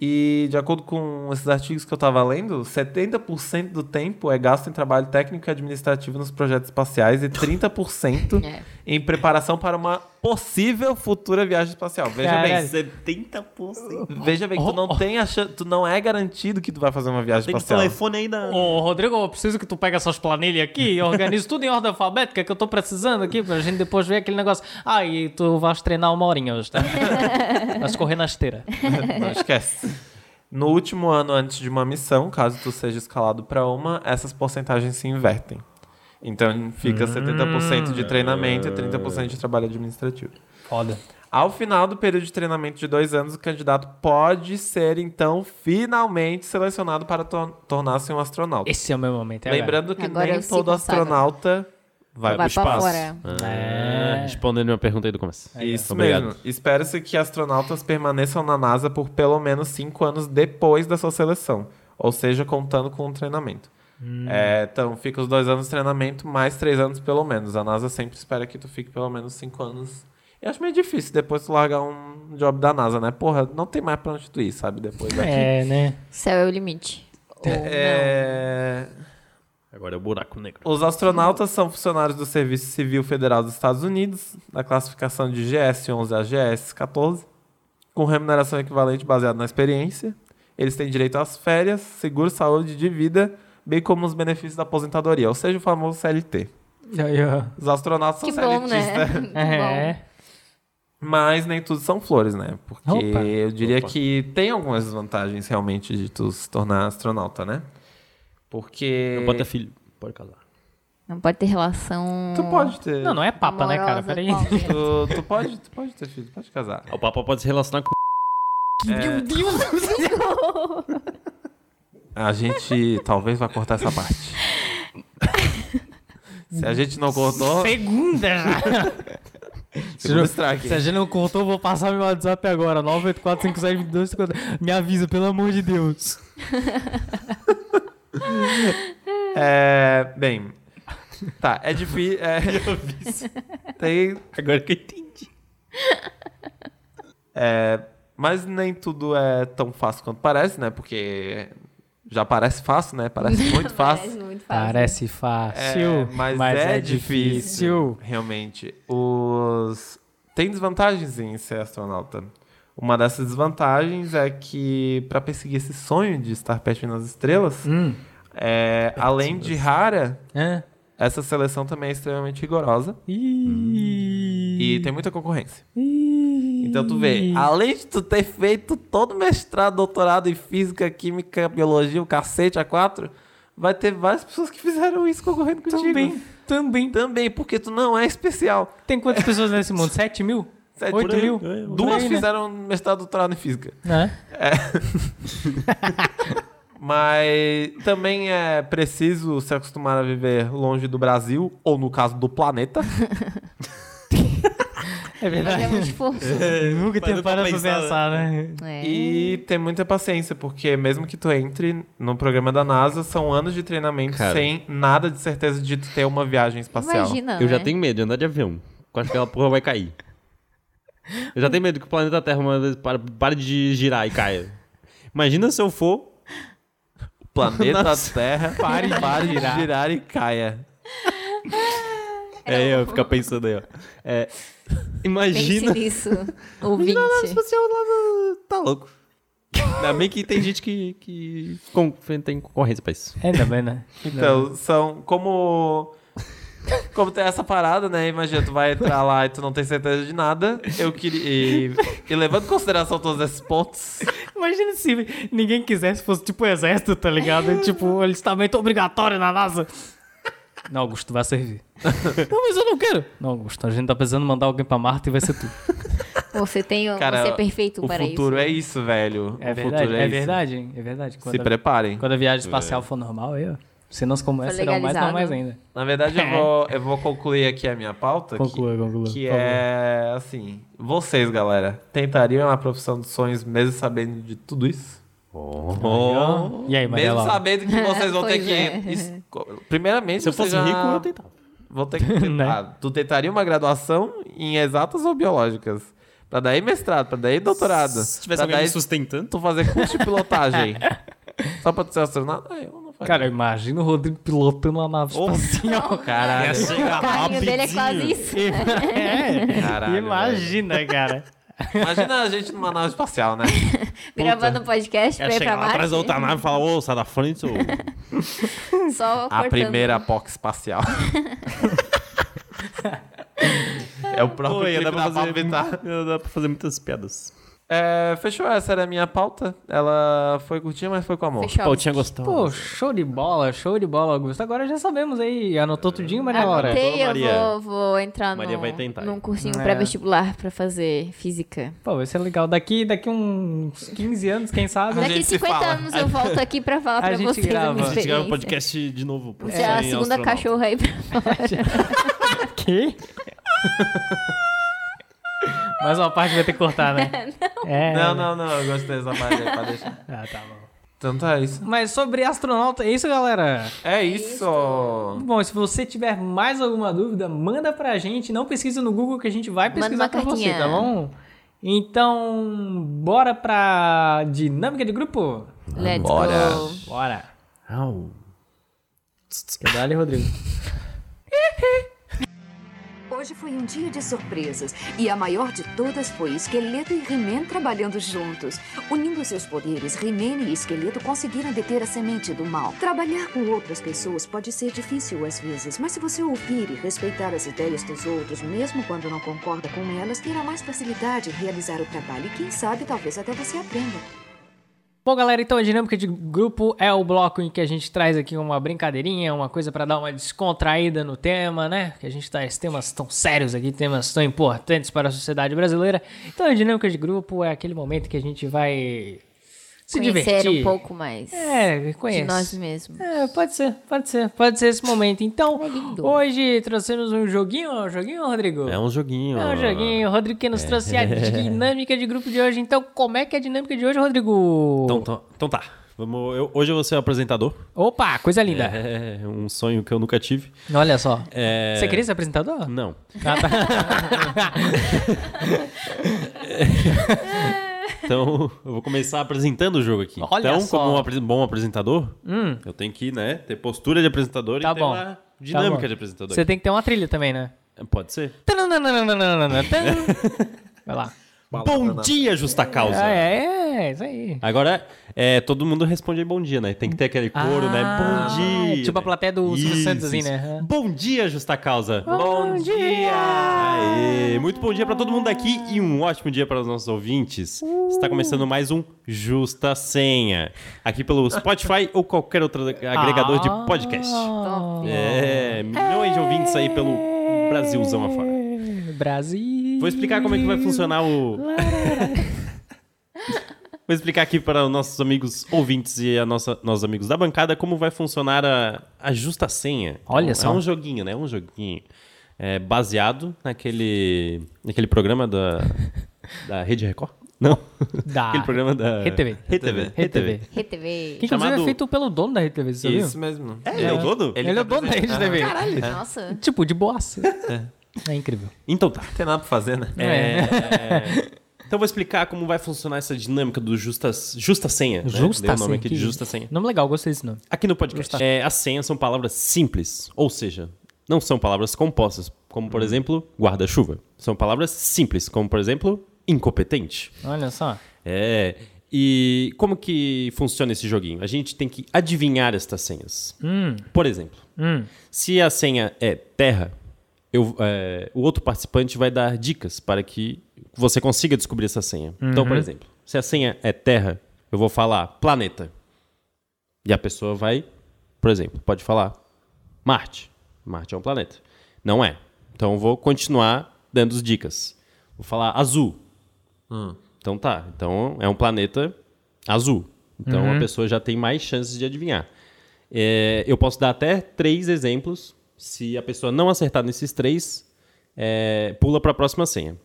E de acordo com esses artigos que eu tava lendo, 70% do tempo é gasto em trabalho técnico e administrativo nos projetos espaciais e 30% É. em preparação para uma possível futura viagem espacial. Veja Caralho. bem. 70%. Veja bem, tu não tem a chan- tu não é garantido que tu vai fazer uma viagem Oh, Tem que espacial. telefone ainda. Ô, Rodrigo, eu preciso que tu pegue essas planilhas aqui e organize tudo em ordem alfabética que eu tô precisando aqui pra gente depois ver aquele negócio. Ah, e tu vais treinar uma horinha hoje, tá? Vais correr na esteira. Não esquece. No último ano antes de uma missão, caso tu seja escalado para uma, essas porcentagens se invertem. Então fica 70% de treinamento e 30% de trabalho administrativo. Foda. Ao final do período de treinamento de dois anos, o candidato pode ser, então, finalmente selecionado para tor- tornar-se um astronauta. Esse é o meu momento. é agora. Lembrando que Agora eu nem sigo todo o Saga. astronauta vai, Vai pra para o espaço. fora. É. Ah, Respondendo minha pergunta aí do começo. Isso Obrigado. mesmo. Espera-se que astronautas permaneçam na NASA por pelo menos cinco anos depois da sua seleção, ou seja, contando com o treinamento. É, então, fica os dois anos de treinamento, mais três anos pelo menos. A NASA sempre espera que tu fique pelo menos cinco anos. Eu acho meio difícil depois tu largar um job da NASA, né? Porra, não tem mais pra onde tu ir, sabe? Depois daqui. É, né? Céu é o limite. Ou É, Agora é o buraco negro. Os astronautas são funcionários do Serviço Civil Federal dos Estados Unidos, da classificação de GS-11 a GS-14, com remuneração equivalente baseada na experiência. Eles têm direito às férias, seguro saúde de vida, bem como os benefícios da aposentadoria, ou seja, o famoso CLT. Os astronautas não. Que são bom, CLTs, né? né? Que bom. É. Mas nem tudo são flores, né? Porque Opa. eu diria Opa. que tem algumas vantagens realmente de tu se tornar astronauta, né? Porque... Não pode ter filho. Pode casar. Não pode ter relação. Tu pode ter... Não, não é papa, né, cara? amorosa Peraí. com alguém. Tu, tu pode, tu pode ter filho, pode casar. O Papa pode se relacionar com. É, a gente talvez vá cortar essa parte. Se a gente não cortou, Segunda já. segura o strike. Se a gente não contou, eu vou passar meu WhatsApp agora. 984572250. Me avisa, pelo amor de Deus. É, bem, tá, é difícil. É, tem, Agora que eu entendi. é, mas nem tudo é tão fácil quanto parece, né? Porque já parece fácil, né? Parece muito fácil. Parece muito fácil. Parece É, fácil, mas, é, difícil. Realmente. Os... Tem desvantagens em ser astronauta. Uma dessas desvantagens é que, para perseguir esse sonho de estar pertinho nas estrelas, é, além de rara, Hã? essa seleção também é extremamente rigorosa Ih. e tem muita concorrência. Ih. Então tu vê, além de tu ter feito todo mestrado, doutorado em física, química, biologia, o cacete, a quatro, vai ter várias pessoas que fizeram isso concorrendo contigo. Também, também. Também, porque tu não é especial. Tem quantas pessoas nesse mundo? 7 mil? Sete 8 mil. mil? é, Duas Por aí, né? fizeram mestrado doutorado em física. Né? Mas também é preciso se acostumar a viver longe do Brasil, ou no caso do planeta. É Mas verdade. é muito esforço. Mas Nunca tem eu tô parado pra pensando, pensar, né? É. E ter muita paciência, porque mesmo que tu entre no programa da NASA, são anos de treinamento Cara. sem nada de certeza de tu ter uma viagem espacial. Imagina. Eu já né? tenho medo de andar de avião. Eu acho que aquela porra vai cair. Eu já tenho medo que o planeta Terra uma vez pare, pare de girar e caia. Imagina se eu for. Planeta Terra, pare, de girar. e caia. É, eu ficar pensando aí, ó. É, Pense imagina. é nisso, Nada tipo ouvinte. espacial lá no- Tá louco. Ainda bem que tem gente que, que con- tem concorrência pra isso. Ainda bem, né? Então, são como. Como tem essa parada, né? Imagina, tu vai entrar lá e tu não tem certeza de nada. Eu queria. E, e levando em consideração todos esses pontos, Então, Imagina se ninguém quisesse, fosse tipo exército, tá ligado? tipo, alistamento obrigatório na NASA. Não, Augusto, vai servir. não, mas eu não quero. Não, Augusto, a gente tá precisando mandar alguém pra Marte e vai ser tu. assim. Você tem, cara. você é perfeito o para futuro isso. é isso, velho. É o verdade, futuro é, isso. verdade, hein? É verdade. Se É. Quando, a, preparem. quando a viagem espacial for normal, aí, ó. Cenas como For essa serão mais legalizado. normais ainda. Na verdade, eu vou, eu vou concluir aqui a minha pauta. que- Conclua, conclua. Que por favor. é assim. Vocês, galera, tentariam a profissão dos sonhos mesmo sabendo de tudo isso? E aí, Maria Então, mesmo Laura? sabendo que vocês vão ter Pois que. é. esco- Primeiramente, Se eu fosse vocês já- rico, eu tentava. Vou ter que tentar. Né? Tu tentaria uma graduação em exatas ou biológicas? Pra daí mestrado, pra daí doutorado. Se tivesse pra alguém daí me sustentando. tu fazer curso de pilotagem. Só pra tu ser astronauta? Ah, eu não Cara, imagina o Rodrigo pilotando uma nave espacial. Caralho. O carrinho dele é quase isso. É, Caralho, imagina, cara. Imagina a gente numa nave espacial, né? Gravando um podcast É pra ir pra chegar lá Marte. atrás da outra nave e falar, ô, sai da frente, ô. Só A cortando. primeira POC espacial. é o próprio Pô, ia clipe dar da pra fazer- Pablo Vittar. ia dar pra fazer muitas piadas. É, fechou, essa era a minha pauta. Ela foi curtinha, mas foi com amor. Fechou. Pautinha gostosa. Pô, show de bola, show de bola, Augusto. Agora já sabemos aí. Anotou tudinho, Maria Laura? Anotei, eu Maria. vou, vou entrar Maria num, vai tentar. num cursinho É. pré-vestibular pra fazer física. Pô, vai ser legal. Daqui, daqui uns 15 anos, quem sabe. né? gente Daqui se 50 fala. anos eu volto aqui pra falar A pra gente vocês grava. a minha A gente grava um experiência. podcast de novo. pra é a sem segunda astronauta. cachorra aí pra fora. Que? Mais uma parte vai ter que cortar, né? É. Não, não, né? não, eu gostei dessa parte aí, pode deixar. Ah, tá bom. Então tá isso. Mas sobre astronauta, é isso, galera. É isso! Bom, se você tiver mais alguma dúvida, manda pra gente. Não pesquisa no Google que a gente vai Manda pesquisar uma pra você, cartinha. tá bom? Então, bora pra dinâmica de grupo? Let's Bora. go. Bora. Au. Que dá-lhe, Rodrigo. Hoje foi um dia de surpresas e a maior de todas foi Esqueleto e He-Man trabalhando juntos. Unindo seus poderes, He-Man e Esqueleto conseguiram deter a semente do mal. Trabalhar com outras pessoas pode ser difícil às vezes, mas se você ouvir e respeitar as ideias dos outros, mesmo quando não concorda com elas, terá mais facilidade em realizar o trabalho e quem sabe talvez até você aprenda. Bom, galera, então a dinâmica de grupo é o bloco em que a gente traz aqui uma brincadeirinha, uma coisa pra dar uma descontraída no tema, né? Que a gente traz temas tão sérios aqui, temas tão importantes para a sociedade brasileira. Então a dinâmica de grupo é aquele momento que a gente vai se Conhecer divertir. um pouco mais É, de conhece. nós mesmos. É, pode ser, pode ser, pode ser esse momento. Então, É lindo. hoje trouxemos um joguinho, um joguinho, Rodrigo? É um joguinho. É. É um joguinho, o Rodrigo que nos trouxe a dinâmica de grupo de hoje. Então, como é que é a dinâmica de hoje, Rodrigo? Então, tá- então tá. Vamos, eu- hoje eu vou ser o apresentador. Opa, coisa linda. É um sonho que eu nunca tive. Olha só. É... Você queria ser apresentador? Não. então, eu vou começar apresentando o jogo aqui. Olha então, só. Hum. como um apre- bom apresentador, eu tenho que, né, ter postura de apresentador Tá e ter bom. uma dinâmica bom. de apresentador. É, Você tem que ter uma trilha também, né? Pode ser? Vai lá. bom dia, justa causa. Ah, é, é, é, isso aí. Agora, é, todo mundo responde aí bom dia, né? Tem que ter aquele coro, né? Ah, Bom dia. tipo a plateia do Silvio Isso, Santos, assim, isso. né? Bom dia, justa causa. Bom dia! Aê, muito bom dia pra todo mundo aqui e um ótimo dia para os nossos ouvintes. Está começando mais um Justa Senha, aqui pelo Spotify ou qualquer outro Ah. agregador de podcast. Top. É, milhões de ouvintes aí pelo Brasilzão afora. Brasil. Vou explicar como é que vai funcionar o. Vou explicar aqui para os nossos amigos ouvintes e a nossa, nossos amigos da bancada como vai funcionar a, a justa senha. Olha é um, só. É um joguinho, né? É um joguinho é, baseado naquele, naquele programa da, da Rede Record? Não. Da Aquele programa da... RedeTV. RedeTV. RedeTV. Que RTV. inclusive é Chamado- feito pelo dono da RedeTV, você viu? Isso mesmo. É, ele é o dono? Ele, é o dono da RedeTV. Caralho. Nossa. Tipo, de boaça. É incrível. Então tá. Não tem nada pra fazer, né? É. Então eu vou explicar como vai funcionar essa dinâmica do justa, justa senha. né? Justa Dei o nome senha, aqui que de justa senha. Nome legal, gostei desse nome. Aqui no podcast. É, as senhas são palavras simples, ou seja, não são palavras compostas, como por exemplo, guarda-chuva. São palavras simples, como por exemplo, incompetente. Olha só. É. E como que funciona esse joguinho? A gente tem que adivinhar estas senhas. Por exemplo, se a senha é terra, eu- é, o outro participante vai dar dicas para que você consiga descobrir essa senha. Então, por exemplo, se a senha é terra, eu vou falar planeta. E a pessoa vai, por exemplo, pode falar Marte. Marte é um planeta. Não é. Então eu vou continuar dando as dicas. Vou falar azul. Então tá. Então é um planeta azul. Então Uhum. a pessoa já tem mais chances de adivinhar. É, eu posso dar até três exemplos. Se a pessoa não acertar nesses três, é, pula para a próxima senha.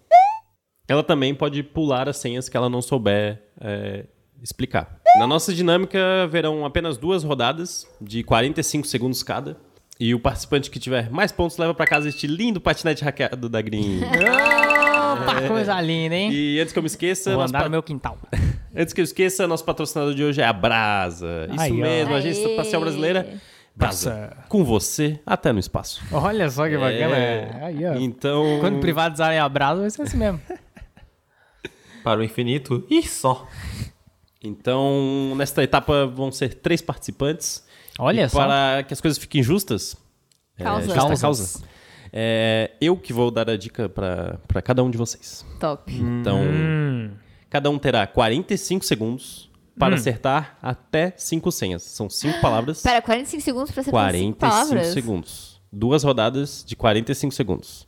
Ela também pode pular as senhas que ela não souber é, explicar. Na nossa dinâmica, haverão apenas duas rodadas de 45 segundos cada. E o participante que tiver mais pontos leva para casa este lindo patinete hackeado da Green. Opa, coisa linda, hein? e antes que eu me esqueça, Vou nós andar pa- no meu quintal. Antes que eu esqueça, nosso patrocinador de hoje é a Brasa. Isso Aí, ó. mesmo, a Agência Aê. Espacial Brasileira. Brasa. Brasa. Com você até no espaço. Olha só que bacana. É, Aí, ó. Então. Quando privatizarem a Brasa, vai ser assim mesmo. Para o infinito e só. Então, nesta etapa vão ser três participantes. Olha E só. Para que as coisas fiquem justas. é, Causas. justa Causas. causa. é, eu que vou dar a dica para cada um de vocês. Top. Então, Hum. cada um terá 45 segundos para acertar até cinco senhas. São cinco palavras. Pera, 45 segundos pra acertar 45 45 palavras? segundos. Duas rodadas de 45 segundos.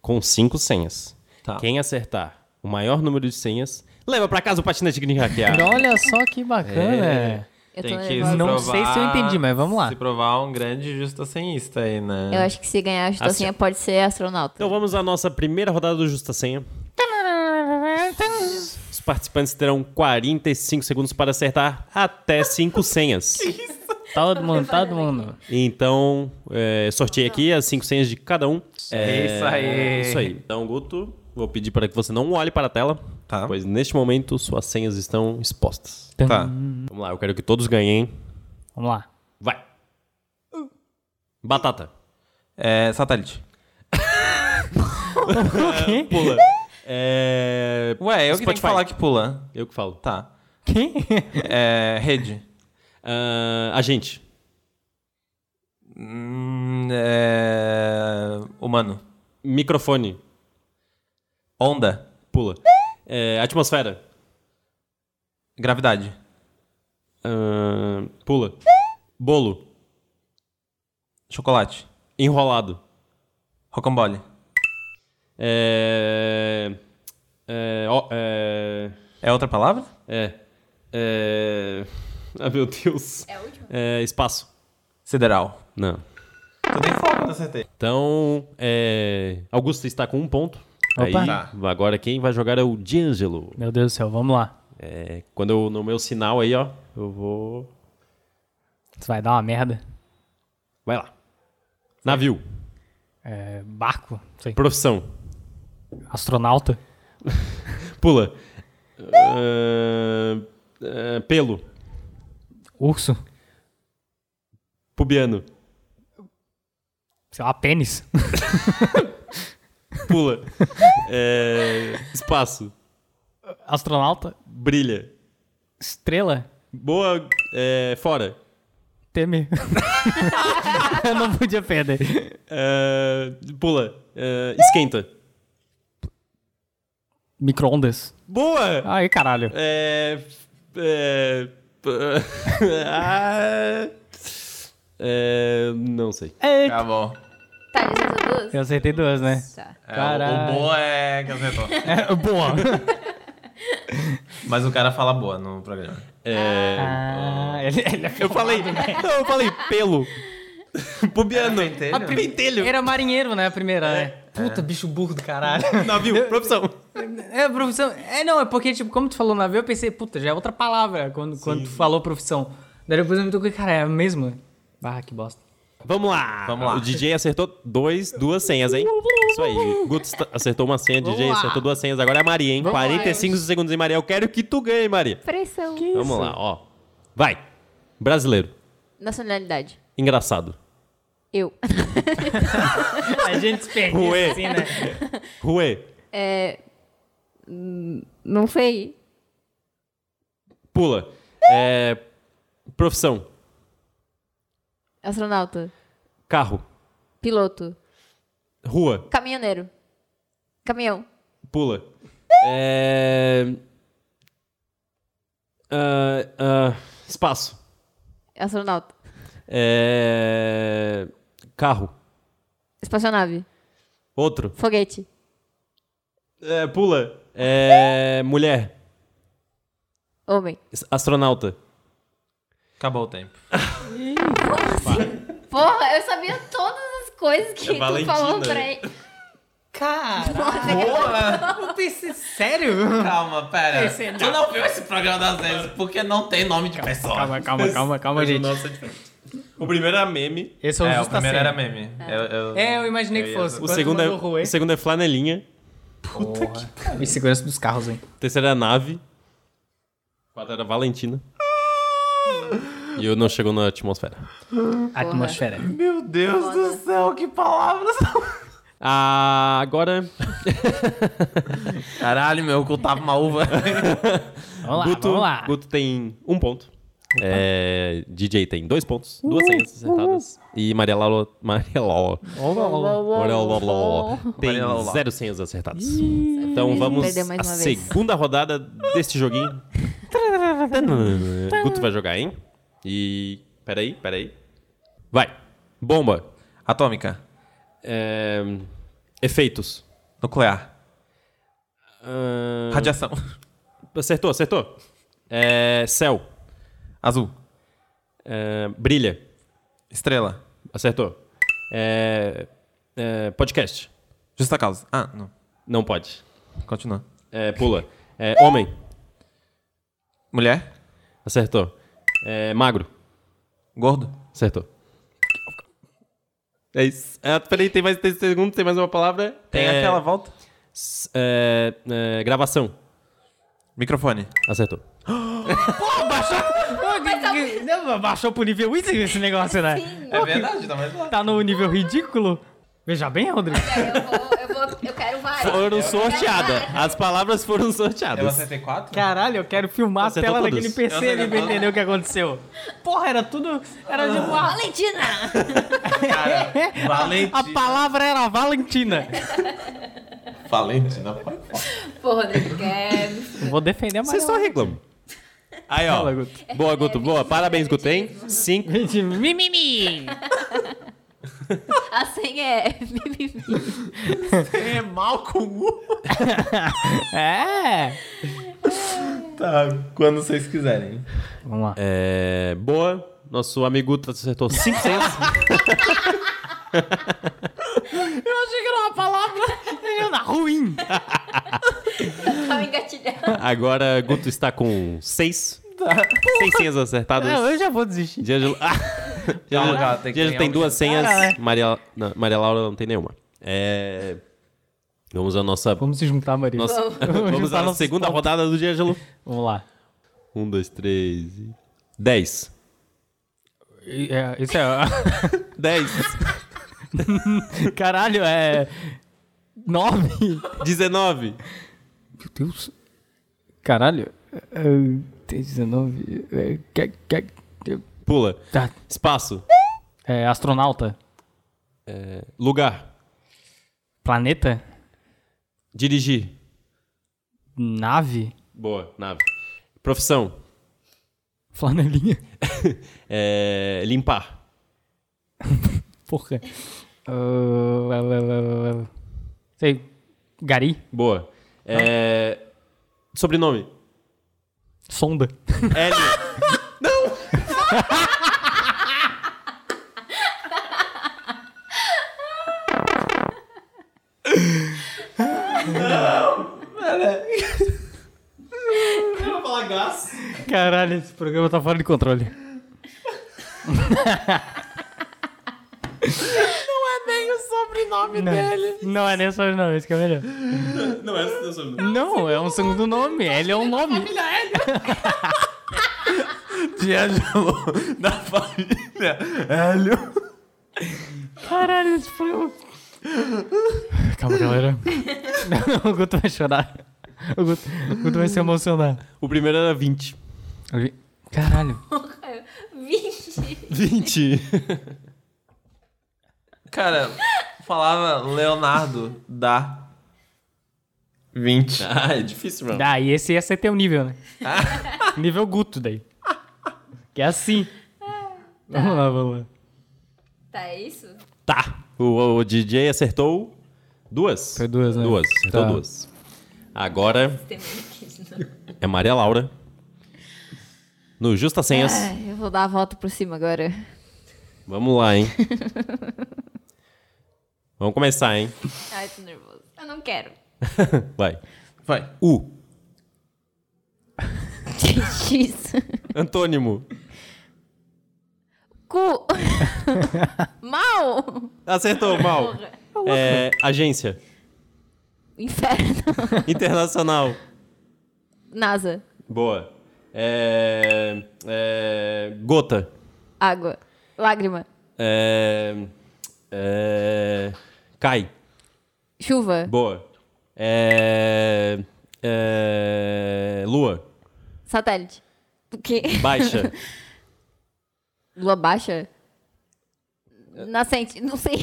Com cinco senhas. Tá. Quem acertar o maior número de senhas, leva pra casa o patinete que hackeado. Olha só que bacana. Eu tô Tem que nervosa. se Não sei se eu provar- entendi, mas vamos lá. Se provar um grande justacenista aí, né? Eu acho que se ganhar a justacinha pode ser astronauta. Então vamos à nossa primeira rodada do Justa Senha. Os participantes terão 45 segundos para acertar até 5 senhas. Todo mundo, todo mundo. Então, é, sorteei aqui as 5 senhas de cada um. É isso aí. Isso aí. Então, Guto, vou pedir para que você não olhe para a tela, Tá. pois neste momento suas senhas estão expostas. Tá. Vamos lá, eu quero que todos ganhem. Vamos lá. Vai. Batata. É, satélite. Pula. É... Ué, eu que tenho Spotify. que falar que pula. Eu que falo. Tá. Quem? É, rede. Ah, a gente. Hum, é, humano. Microfone. Onda. Pula. É, atmosfera. Gravidade. Ahn, Ah, pula. Bolo. Chocolate. Enrolado. Rocambole. É. É. ó, é. É outra palavra? É. é... Ah, meu Deus. É a última? espaço. Sideral. Não. Tu tem foco, eu acertei. Então, é... Augusto está com um ponto. Aí, Opa. agora quem vai jogar é o D'Angelo. Meu Deus do céu, vamos lá. É, quando eu, no meu sinal aí, ó, eu vou... Isso vai dar uma merda. Vai lá. Navio. É, barco, não sei. Profissão. Astronauta. Pula. Ahn, ahn, pelo. Urso. Pubiano. Sei lá, pênis. Pula. É, espaço. Astronauta. Brilha. Estrela. Boa. é, fora. Temer. Eu não podia perder. É, pula. É, esquenta. Micro-ondas. Boa! Ai, caralho. É. É. ah, é, não sei. Tá bom. Tá, já acertou duas? Eu acertei duas, né? Tá. É, o- Caralho. o boa é que acertou. É, boa. Mas o cara fala boa no programa. É, Ah, ele, ele é eu falei. Não, eu falei pelo. Pubiano. Pentelho? Ah, pentelho. Era marinheiro, né? A primeira, né? Puta, bicho burro do caralho. Navio, tá, profissão. É, profissão. É, não, é porque, tipo, como tu falou navio, eu pensei, puta, já é outra palavra quando, quando tu falou profissão. Daí depois eu me toquei, cara, é a mesma. Barra, que bosta. Vamos lá. Vamos lá. O DJ acertou dois, duas senhas, hein? Isso aí. Guto sta- acertou uma senha, DJ acertou duas senhas. Agora é a Maria, hein? 45 segundos em Maria. Eu quero que tu ganhe, Maria. Pressão. Vamos lá, ó. Vai. Brasileiro. Nacionalidade. Engraçado. Eu. A gente se perdeu Ué. assim, né? Ruê. É. hum, Não sei. Pula. É, Profissão. Astronauta. Carro. Piloto. Rua. Caminhoneiro. Caminhão. Pula. É, ah, ah, Espaço. Astronauta. É, Carro. Espaçonave. Outro. Foguete. É, pula. É, mulher. Homem. S- Astronauta. Acabou o tempo. Porra, eu sabia todas as coisas que tu Valentina. falou pra ele. Eu pensei, sério? Calma, pera. tu não viu esse programa das vezes porque não tem nome de pessoa. Calma, calma, calma, calma, gente. O primeiro era meme. Esse é o É, o justa primeiro senha. era meme. Eu, eu- É, eu imaginei que fosse. O segundo, é, o segundo é flanelinha. E segurança dos carros, hein? O terceiro é nave. quadra era Valentina. E eu não chegou na atmosfera. Atmosfera. Meu Deus do céu, que palavras! Ah, agora. Caralho, meu, eu ocultava uma uva. Vamos lá, Guto, Ah, vamos lá. Guto tem um ponto. É, DJ tem dois pontos, duas senhas acertadas. E Maria Laura. Maria Laura. Maria Laura tem Maria Laura. zero senhas acertadas. Então vamos Perdeu mais à uma vez. segunda rodada deste joguinho. Guto vai jogar, hein? E. Peraí, peraí. Vai. Bomba. Atômica. É, Efeitos. Nuclear. Ah, Radiação. Acertou, acertou. É, Céu. Azul. É, Brilha. Estrela. Acertou. É, é, podcast. Justa causa. Ah, não. Não pode. Continua. É, pula. É, homem. Mulher. Acertou. É, magro. Gordo. Acertou. É isso. Ah, peraí, tem mais 30 segundos, tem mais uma palavra. Tem É, aquela volta. s- é, é, gravação. Microfone. Acertou. Que- não, Baixou pro nível isso esse negócio, né? É verdade, tá mais lá. Tá no nível ridículo. Veja bem, Rodrigo. Eu vou, eu vou, eu quero várias. Foram sorteadas. As palavras foram Eu sorteadas. acertei quatro? Caralho, eu quero filmar a Acertou tela todos. daquele PC ali pra entender o que aconteceu. Porra, era tudo. Era de uma. Valentina! A palavra era Valentina. Valentina. Pô, Rodrigo, quer... Eu Vou defender mais. Vocês só reclamam. Aí, ó. Fala, Guto. Boa, Guto. Boa. Parabéns, Guto, hein? Cinco. Gente, mimimi. A senha é mimimi. É mal com U. É. Tá, quando vocês quiserem. Vamos lá. É, boa. Nosso amigo Guto acertou cinco senhas. Eu achei que era uma palavra. Era ruim. Tava engatilhado. Agora Guto está com seis. Tá. Seis senhas acertadas. Não, eu já vou desistir. Diângelo. Ah! Diângelo- cara, tem que Diângelo tem ganhar um duas senhas. Caralho. Maria, não, Maria Laura não tem nenhuma. É, Vamos à nossa. Vamos se juntar, Maria. nossa- Vamos Vamos juntar à nossos segunda rodada do Diângelo. Vamos lá. Um, dois, três. e- Dez. E- é, Isso é. Dez. Caralho, é. Nove. Dezenove. Meu Deus. Caralho. É, Tem 19. É, que- que- Pula. tá. Espaço. É, astronauta. É, Lugar. Planeta. Dirigir. Nave. Boa, nave. Profissão. Flanelinha. É, Limpar. Porra. Ah, sei. Gari. Boa. É, Sobrenome. Sonda. L. Caralho, esse programa tá fora de controle. Não é nem o é sobrenome dele. Não é nem o sobrenome, isso que é melhor. Não, essa é o sobrenome. Não, é um segundo nome. Ele é um nome. Diângelo da família Hélio. Caralho, esse programa. Calma, galera. o Guto vai chorar. O Guto, o Guto vai se emocionar. O primeiro era 20. Caralho. Vixe. 20. Cara, falava Leonardo da 20. Ah, é difícil, mano. Daí esse ia ser teu nível, né? nível Guto daí. Que é assim. Vamos lá, vamos lá. Tá, é isso? Tá. O, o DJ acertou duas. Foi duas, né? Duas. Acertou Tá. duas. Agora Tem medo disso, não. é Maria Laura. No Justa Senhas. Ai, É, eu vou dar a volta por cima agora. Vamos lá, hein? Vamos começar, hein? Ai, tô nervoso. Eu não quero. Vai. Vai. U. Que isso? Antônimo. Cu. Mal. Acertou, mal. É, agência. Inferno. Internacional. NASA. Boa. É, é, gota. Água. Lágrima. É, é, cai. Chuva. Boa. É, é, lua. Satélite. O quê? Baixa. Lua baixa? Nascente. Não sei.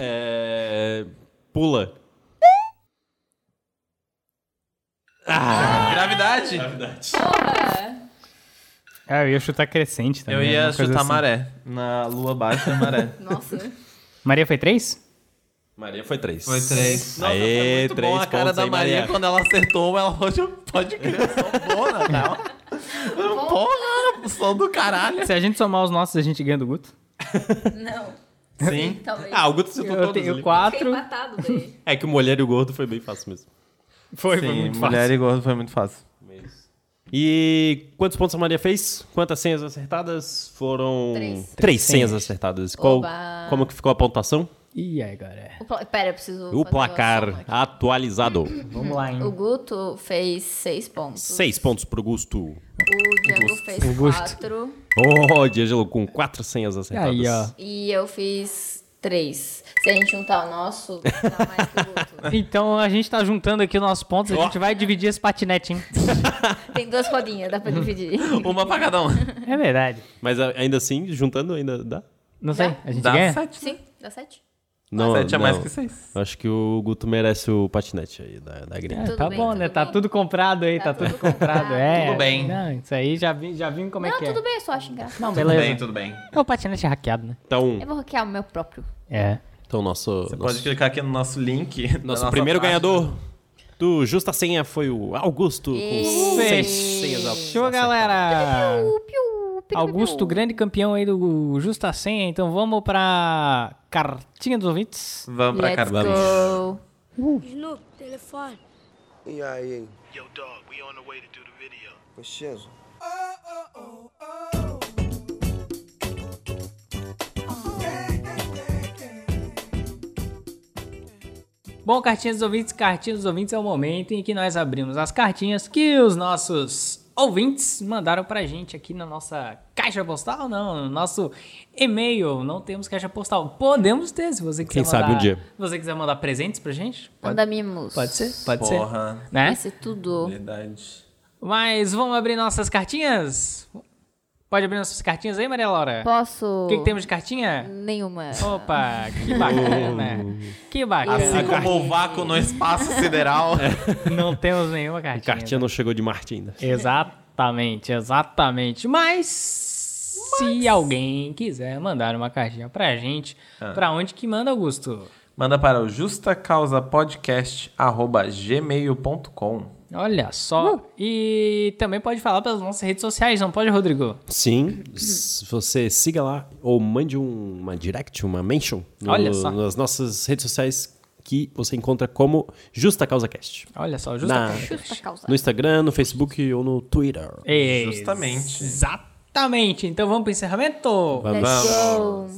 É, pula. Gravidade? Gravidade. Ah, eu ia chutar crescente também. Eu ia alguma coisa chutar assim. maré. Na lua baixa, maré. Nossa. Maria foi três? Maria foi três. Foi três. Nossa, foi Aê, muito três bom a cara pontos da aí, Maria, quando ela acertou, ela hoje pode crer, eu sou boa, Natal. Porra, som do caralho. Se a gente somar os nossos, a gente ganha do Guto. Não. Sim. Talvez. Ah, o Guto citou Eu todos tenho ali. quatro. empatado daí. É que o mulher e o gordo foi bem fácil mesmo. Foi, foi Sim, muito mulher fácil. e gordo foi muito fácil. É E quantos pontos a Maria fez? Quantas senhas acertadas? Foram... Três. Três senhas acertadas. Qual, Oba. como que ficou a pontuação? E aí, galera? O pla- Pera, eu preciso. O fazer placar soma atualizado. Vamos lá, aqui. hein? O Guto fez seis pontos. Seis pontos pro Gusto. O Diego fez O Gusto. quatro. Oh, Diego com quatro senhas acertadas. Aí, ó. E eu fiz três. Se a gente juntar o nosso, dá mais que o Guto. Então a gente tá juntando aqui os nossos pontos, a gente vai dividir esse patinete, hein? Tem duas rodinhas, dá pra dividir. Uma pra cada um. É verdade. Mas a- ainda assim, juntando ainda dá? Não sei, a gente Dá ganha? sete. né? Sim, dá sete? Não, sete é mais não. que seis. Acho que o Guto merece o patinete aí da, da gringa. É, Tudo tá bem, bom, tudo né? Tá bem. tudo comprado aí, tá, tudo, comprado. É. Tudo bem. Não, isso aí já vim, já vim como é Não, que tudo é. bem, eu só acho engraçado. Não, Tudo bem, beleza. tudo bem. É o patinete hackeado, né? Então, Eu vou hackear o meu próprio. É. então nosso, Você nosso, pode clicar aqui no nosso link. da nosso nossa né? primeiro página. ganhador do Justa Senha foi o Augusto com seis senhas Fechou, tá. acertadas. galera! Piu, piu, piu, Augusto, piu. grande campeão aí do Justa Senha, então vamos pra cartinha dos ouvintes. Vamos pra Let's cá. go. Snoop, telefone. E aí? Bom, cartinha dos ouvintes, cartinha dos ouvintes é o momento em que nós abrimos as cartinhas que os nossos ouvintes mandaram pra gente aqui na nossa caixa postal, não, no nosso e-mail, não temos caixa postal. Podemos ter, se você quiser Quem sabe mandar- um dia. se você quiser mandar presentes pra gente, pode, Manda mimos. pode ser, pode Porra. ser, né? Vai ser tudo. Verdade. Mas vamos abrir nossas cartinhas? Pode abrir nossas cartinhas aí, Maria Laura? Posso... É. O que, que temos de cartinha? Nenhuma. Opa, que bacana. que bacana. Assim como o vácuo no espaço sideral. Não temos nenhuma cartinha. né? Cartinha não chegou de Marte ainda. Exatamente, exatamente. Mas, se alguém quiser mandar uma cartinha pra gente, Ah. pra onde que manda, Augusto? Manda para o justacausapodcast.gmail.com. Olha só. E também pode falar pelas nossas redes sociais, não pode, Rodrigo? Sim, s- você siga lá ou mande um- uma direct, uma mention no- Olha só. nas nossas redes sociais que você encontra como Justa Causa Cast. Olha só, justa Na- Justa causa. No Instagram, no Facebook ou no Twitter. É Justamente. Exatamente. Então vamos pro encerramento? Vamos. Let's go.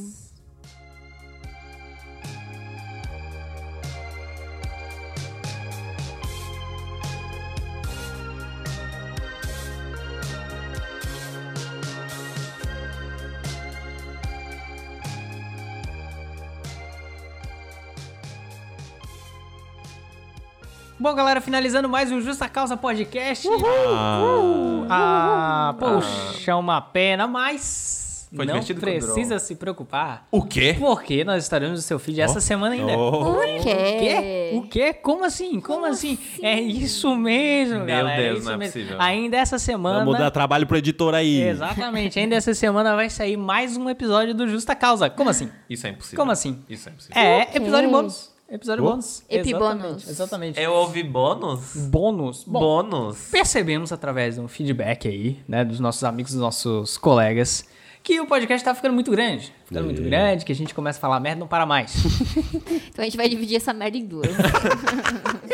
Bom, galera, finalizando mais um Justa Causa Podcast. Ah, Ah, poxa, uma pena, mas Foi não divertido, precisa Candrão. se preocupar, O quê? porque nós estaremos no seu feed essa semana ainda. Oh. Por O quê? O quê? quê? Como assim? É. Como, assim? É isso mesmo, galera. é Deus, isso não é mesmo. possível. Ainda essa semana... Vamos dar trabalho pro editor aí. Exatamente. Ainda essa semana vai sair mais um episódio do Justa Causa. Como assim? Isso é impossível. Como assim? Isso é impossível. É, quê? episódio bônus. Episódio Oh. bônus. Epibônus. Exatamente, Exatamente. Eu ouvi bônus? Bônus. Bom, É Bônus. percebemos através de um feedback aí, né, dos nossos amigos, dos nossos colegas, que o podcast tá ficando muito grande. Ficando É. muito grande, que a gente começa a falar merda e não para mais. Então a gente vai dividir essa merda em duas.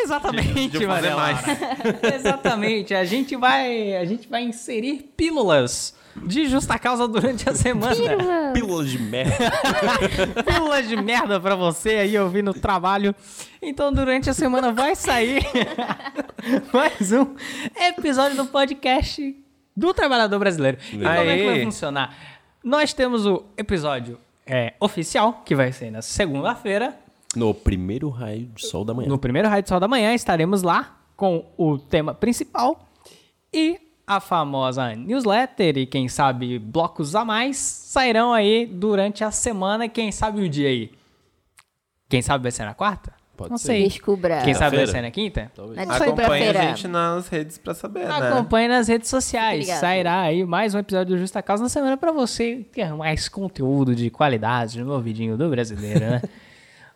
Exatamente, De eu fazer Maria Laura. Exatamente. A gente vai, a gente vai inserir pílulas de justa causa durante a semana. Pílula de merda. pílulas de merda pra você aí ouvindo o trabalho. Então, durante a semana vai sair mais um episódio do podcast do trabalhador brasileiro. E como é que vai Aê. funcionar? Nós temos o episódio é, oficial, que vai ser na segunda-feira. No primeiro raio de sol da manhã. No primeiro Rádio Sol da Manhã, estaremos lá com o tema principal e a famosa newsletter e, quem sabe, blocos a mais sairão aí durante a semana. Quem sabe o dia aí? Quem sabe vai ser na quarta? Pode Não ser. sei. Descubra. Né, Quem sabe vai Quinta-feira? ser na quinta? Então Talvez. Na Acompanhe a descoberta. gente nas redes pra saber, né? Acompanhe nas redes sociais. Obrigada. Sairá aí mais um episódio do Justa Causa na semana pra você ter mais conteúdo de qualidade no ouvidinho do brasileiro, né?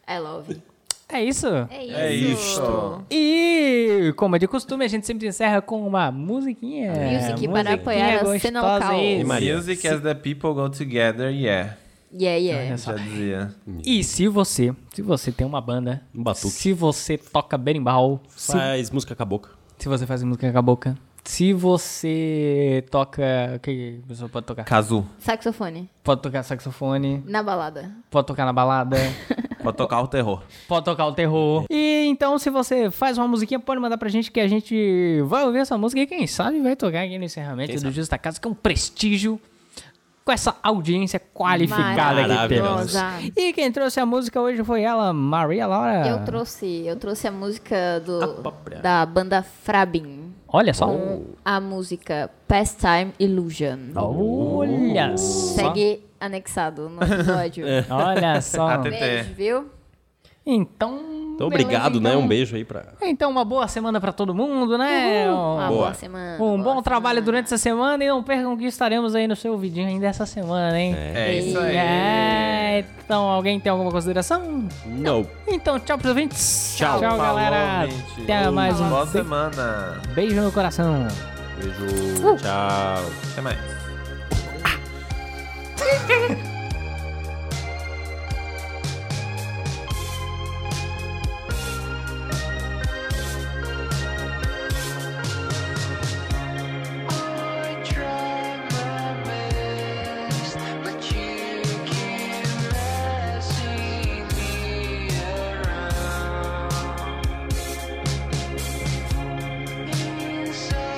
I love. é isso. É isso. É isso. E, como é de costume, a gente sempre encerra com uma musiquinha. É, Music musiquinha para apoiar a gostosa cena local. aí. E Music as the people go together, yeah. Yeah, yeah. Já dizia. E se você, se você tem uma banda, Um batuque. se você toca berimbau, se, Faz música cabocla. se você faz música com a boca, se você toca, o que a pessoa pode tocar? Cazu, Saxofone. Pode tocar saxofone, Na balada. pode tocar na balada, pode tocar o terror. pode tocar o terror. E então, se você faz uma musiquinha, pode mandar pra gente que a gente vai ouvir essa música e quem sabe vai tocar aqui no encerramento do Justa Casa, que é um prestígio com essa audiência qualificada que temos. Maravilhosa. E quem trouxe a música hoje foi ela, Maria Laura. Eu trouxe, eu trouxe a música do, própria. da banda Frabin. Olha só. Com a música Pastime Illusion. Olha só. Segue anexado no episódio. É. Olha só. Até- Beijo, viu? Então. Então, Beleza, obrigado, né? então. Um beijo aí pra. Então, uma boa semana pra todo mundo, né? Uma boa, Um, Boa. semana. Ah, um boa bom semana. né? trabalho durante essa semana e não percam que estaremos aí no seu vidinho ainda essa semana, hein? É isso aí. É, então, alguém tem alguma consideração? Não. Então, tchau pros ouvintes. Tchau, tchau falou, galera. gente. Até mais um Boa semana. beijo no coração. Uh. Beijo. Tchau. Até mais. It's together, say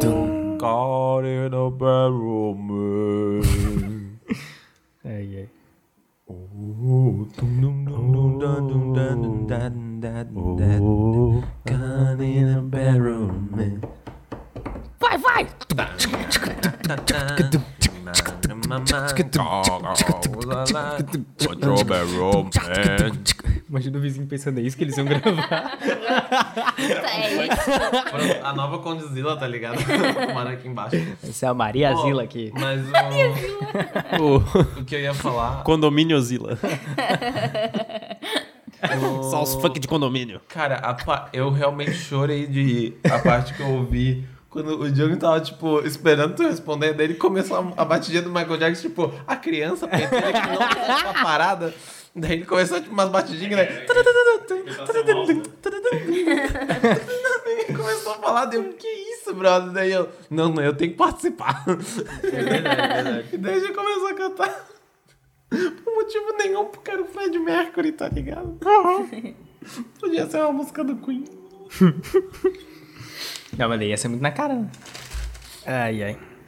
Caught in a barrel, man. Ai, ai. Oh, dum, dum, dum, dum, dum, dum, dum, dum, dum, dum, dum. Caught in a barrel, man. Vai, vai! Caught in a barrel, man. Imagina o vizinho pensando, é isso que eles iam gravar. É A nova Condizila, tá ligado? Mora aqui embaixo. Essa é a Maria Pô, Zila aqui. Mas Uh. o... o que eu ia falar... Condomíniozila. Só os funk de condomínio. Cara, a pa- eu realmente chorei de rir. A parte que eu ouvi... Quando o Diogo tava, tipo, esperando tu responder, daí ele começou a, a batidinha do Michael Jackson, tipo, a criança penteira que não tá uma parada. Daí ele começou, tipo, umas batidinhas, né? Ele começou a falar, deu, o que é isso, brother? Daí eu, não, não, eu tenho que participar. E daí já começou a cantar. Por motivo nenhum, porque era o Fred Mercury, tá ligado? Podia ser uma música do Queen. Não, mas daí ia ser muito na cara, né? Ai, ai.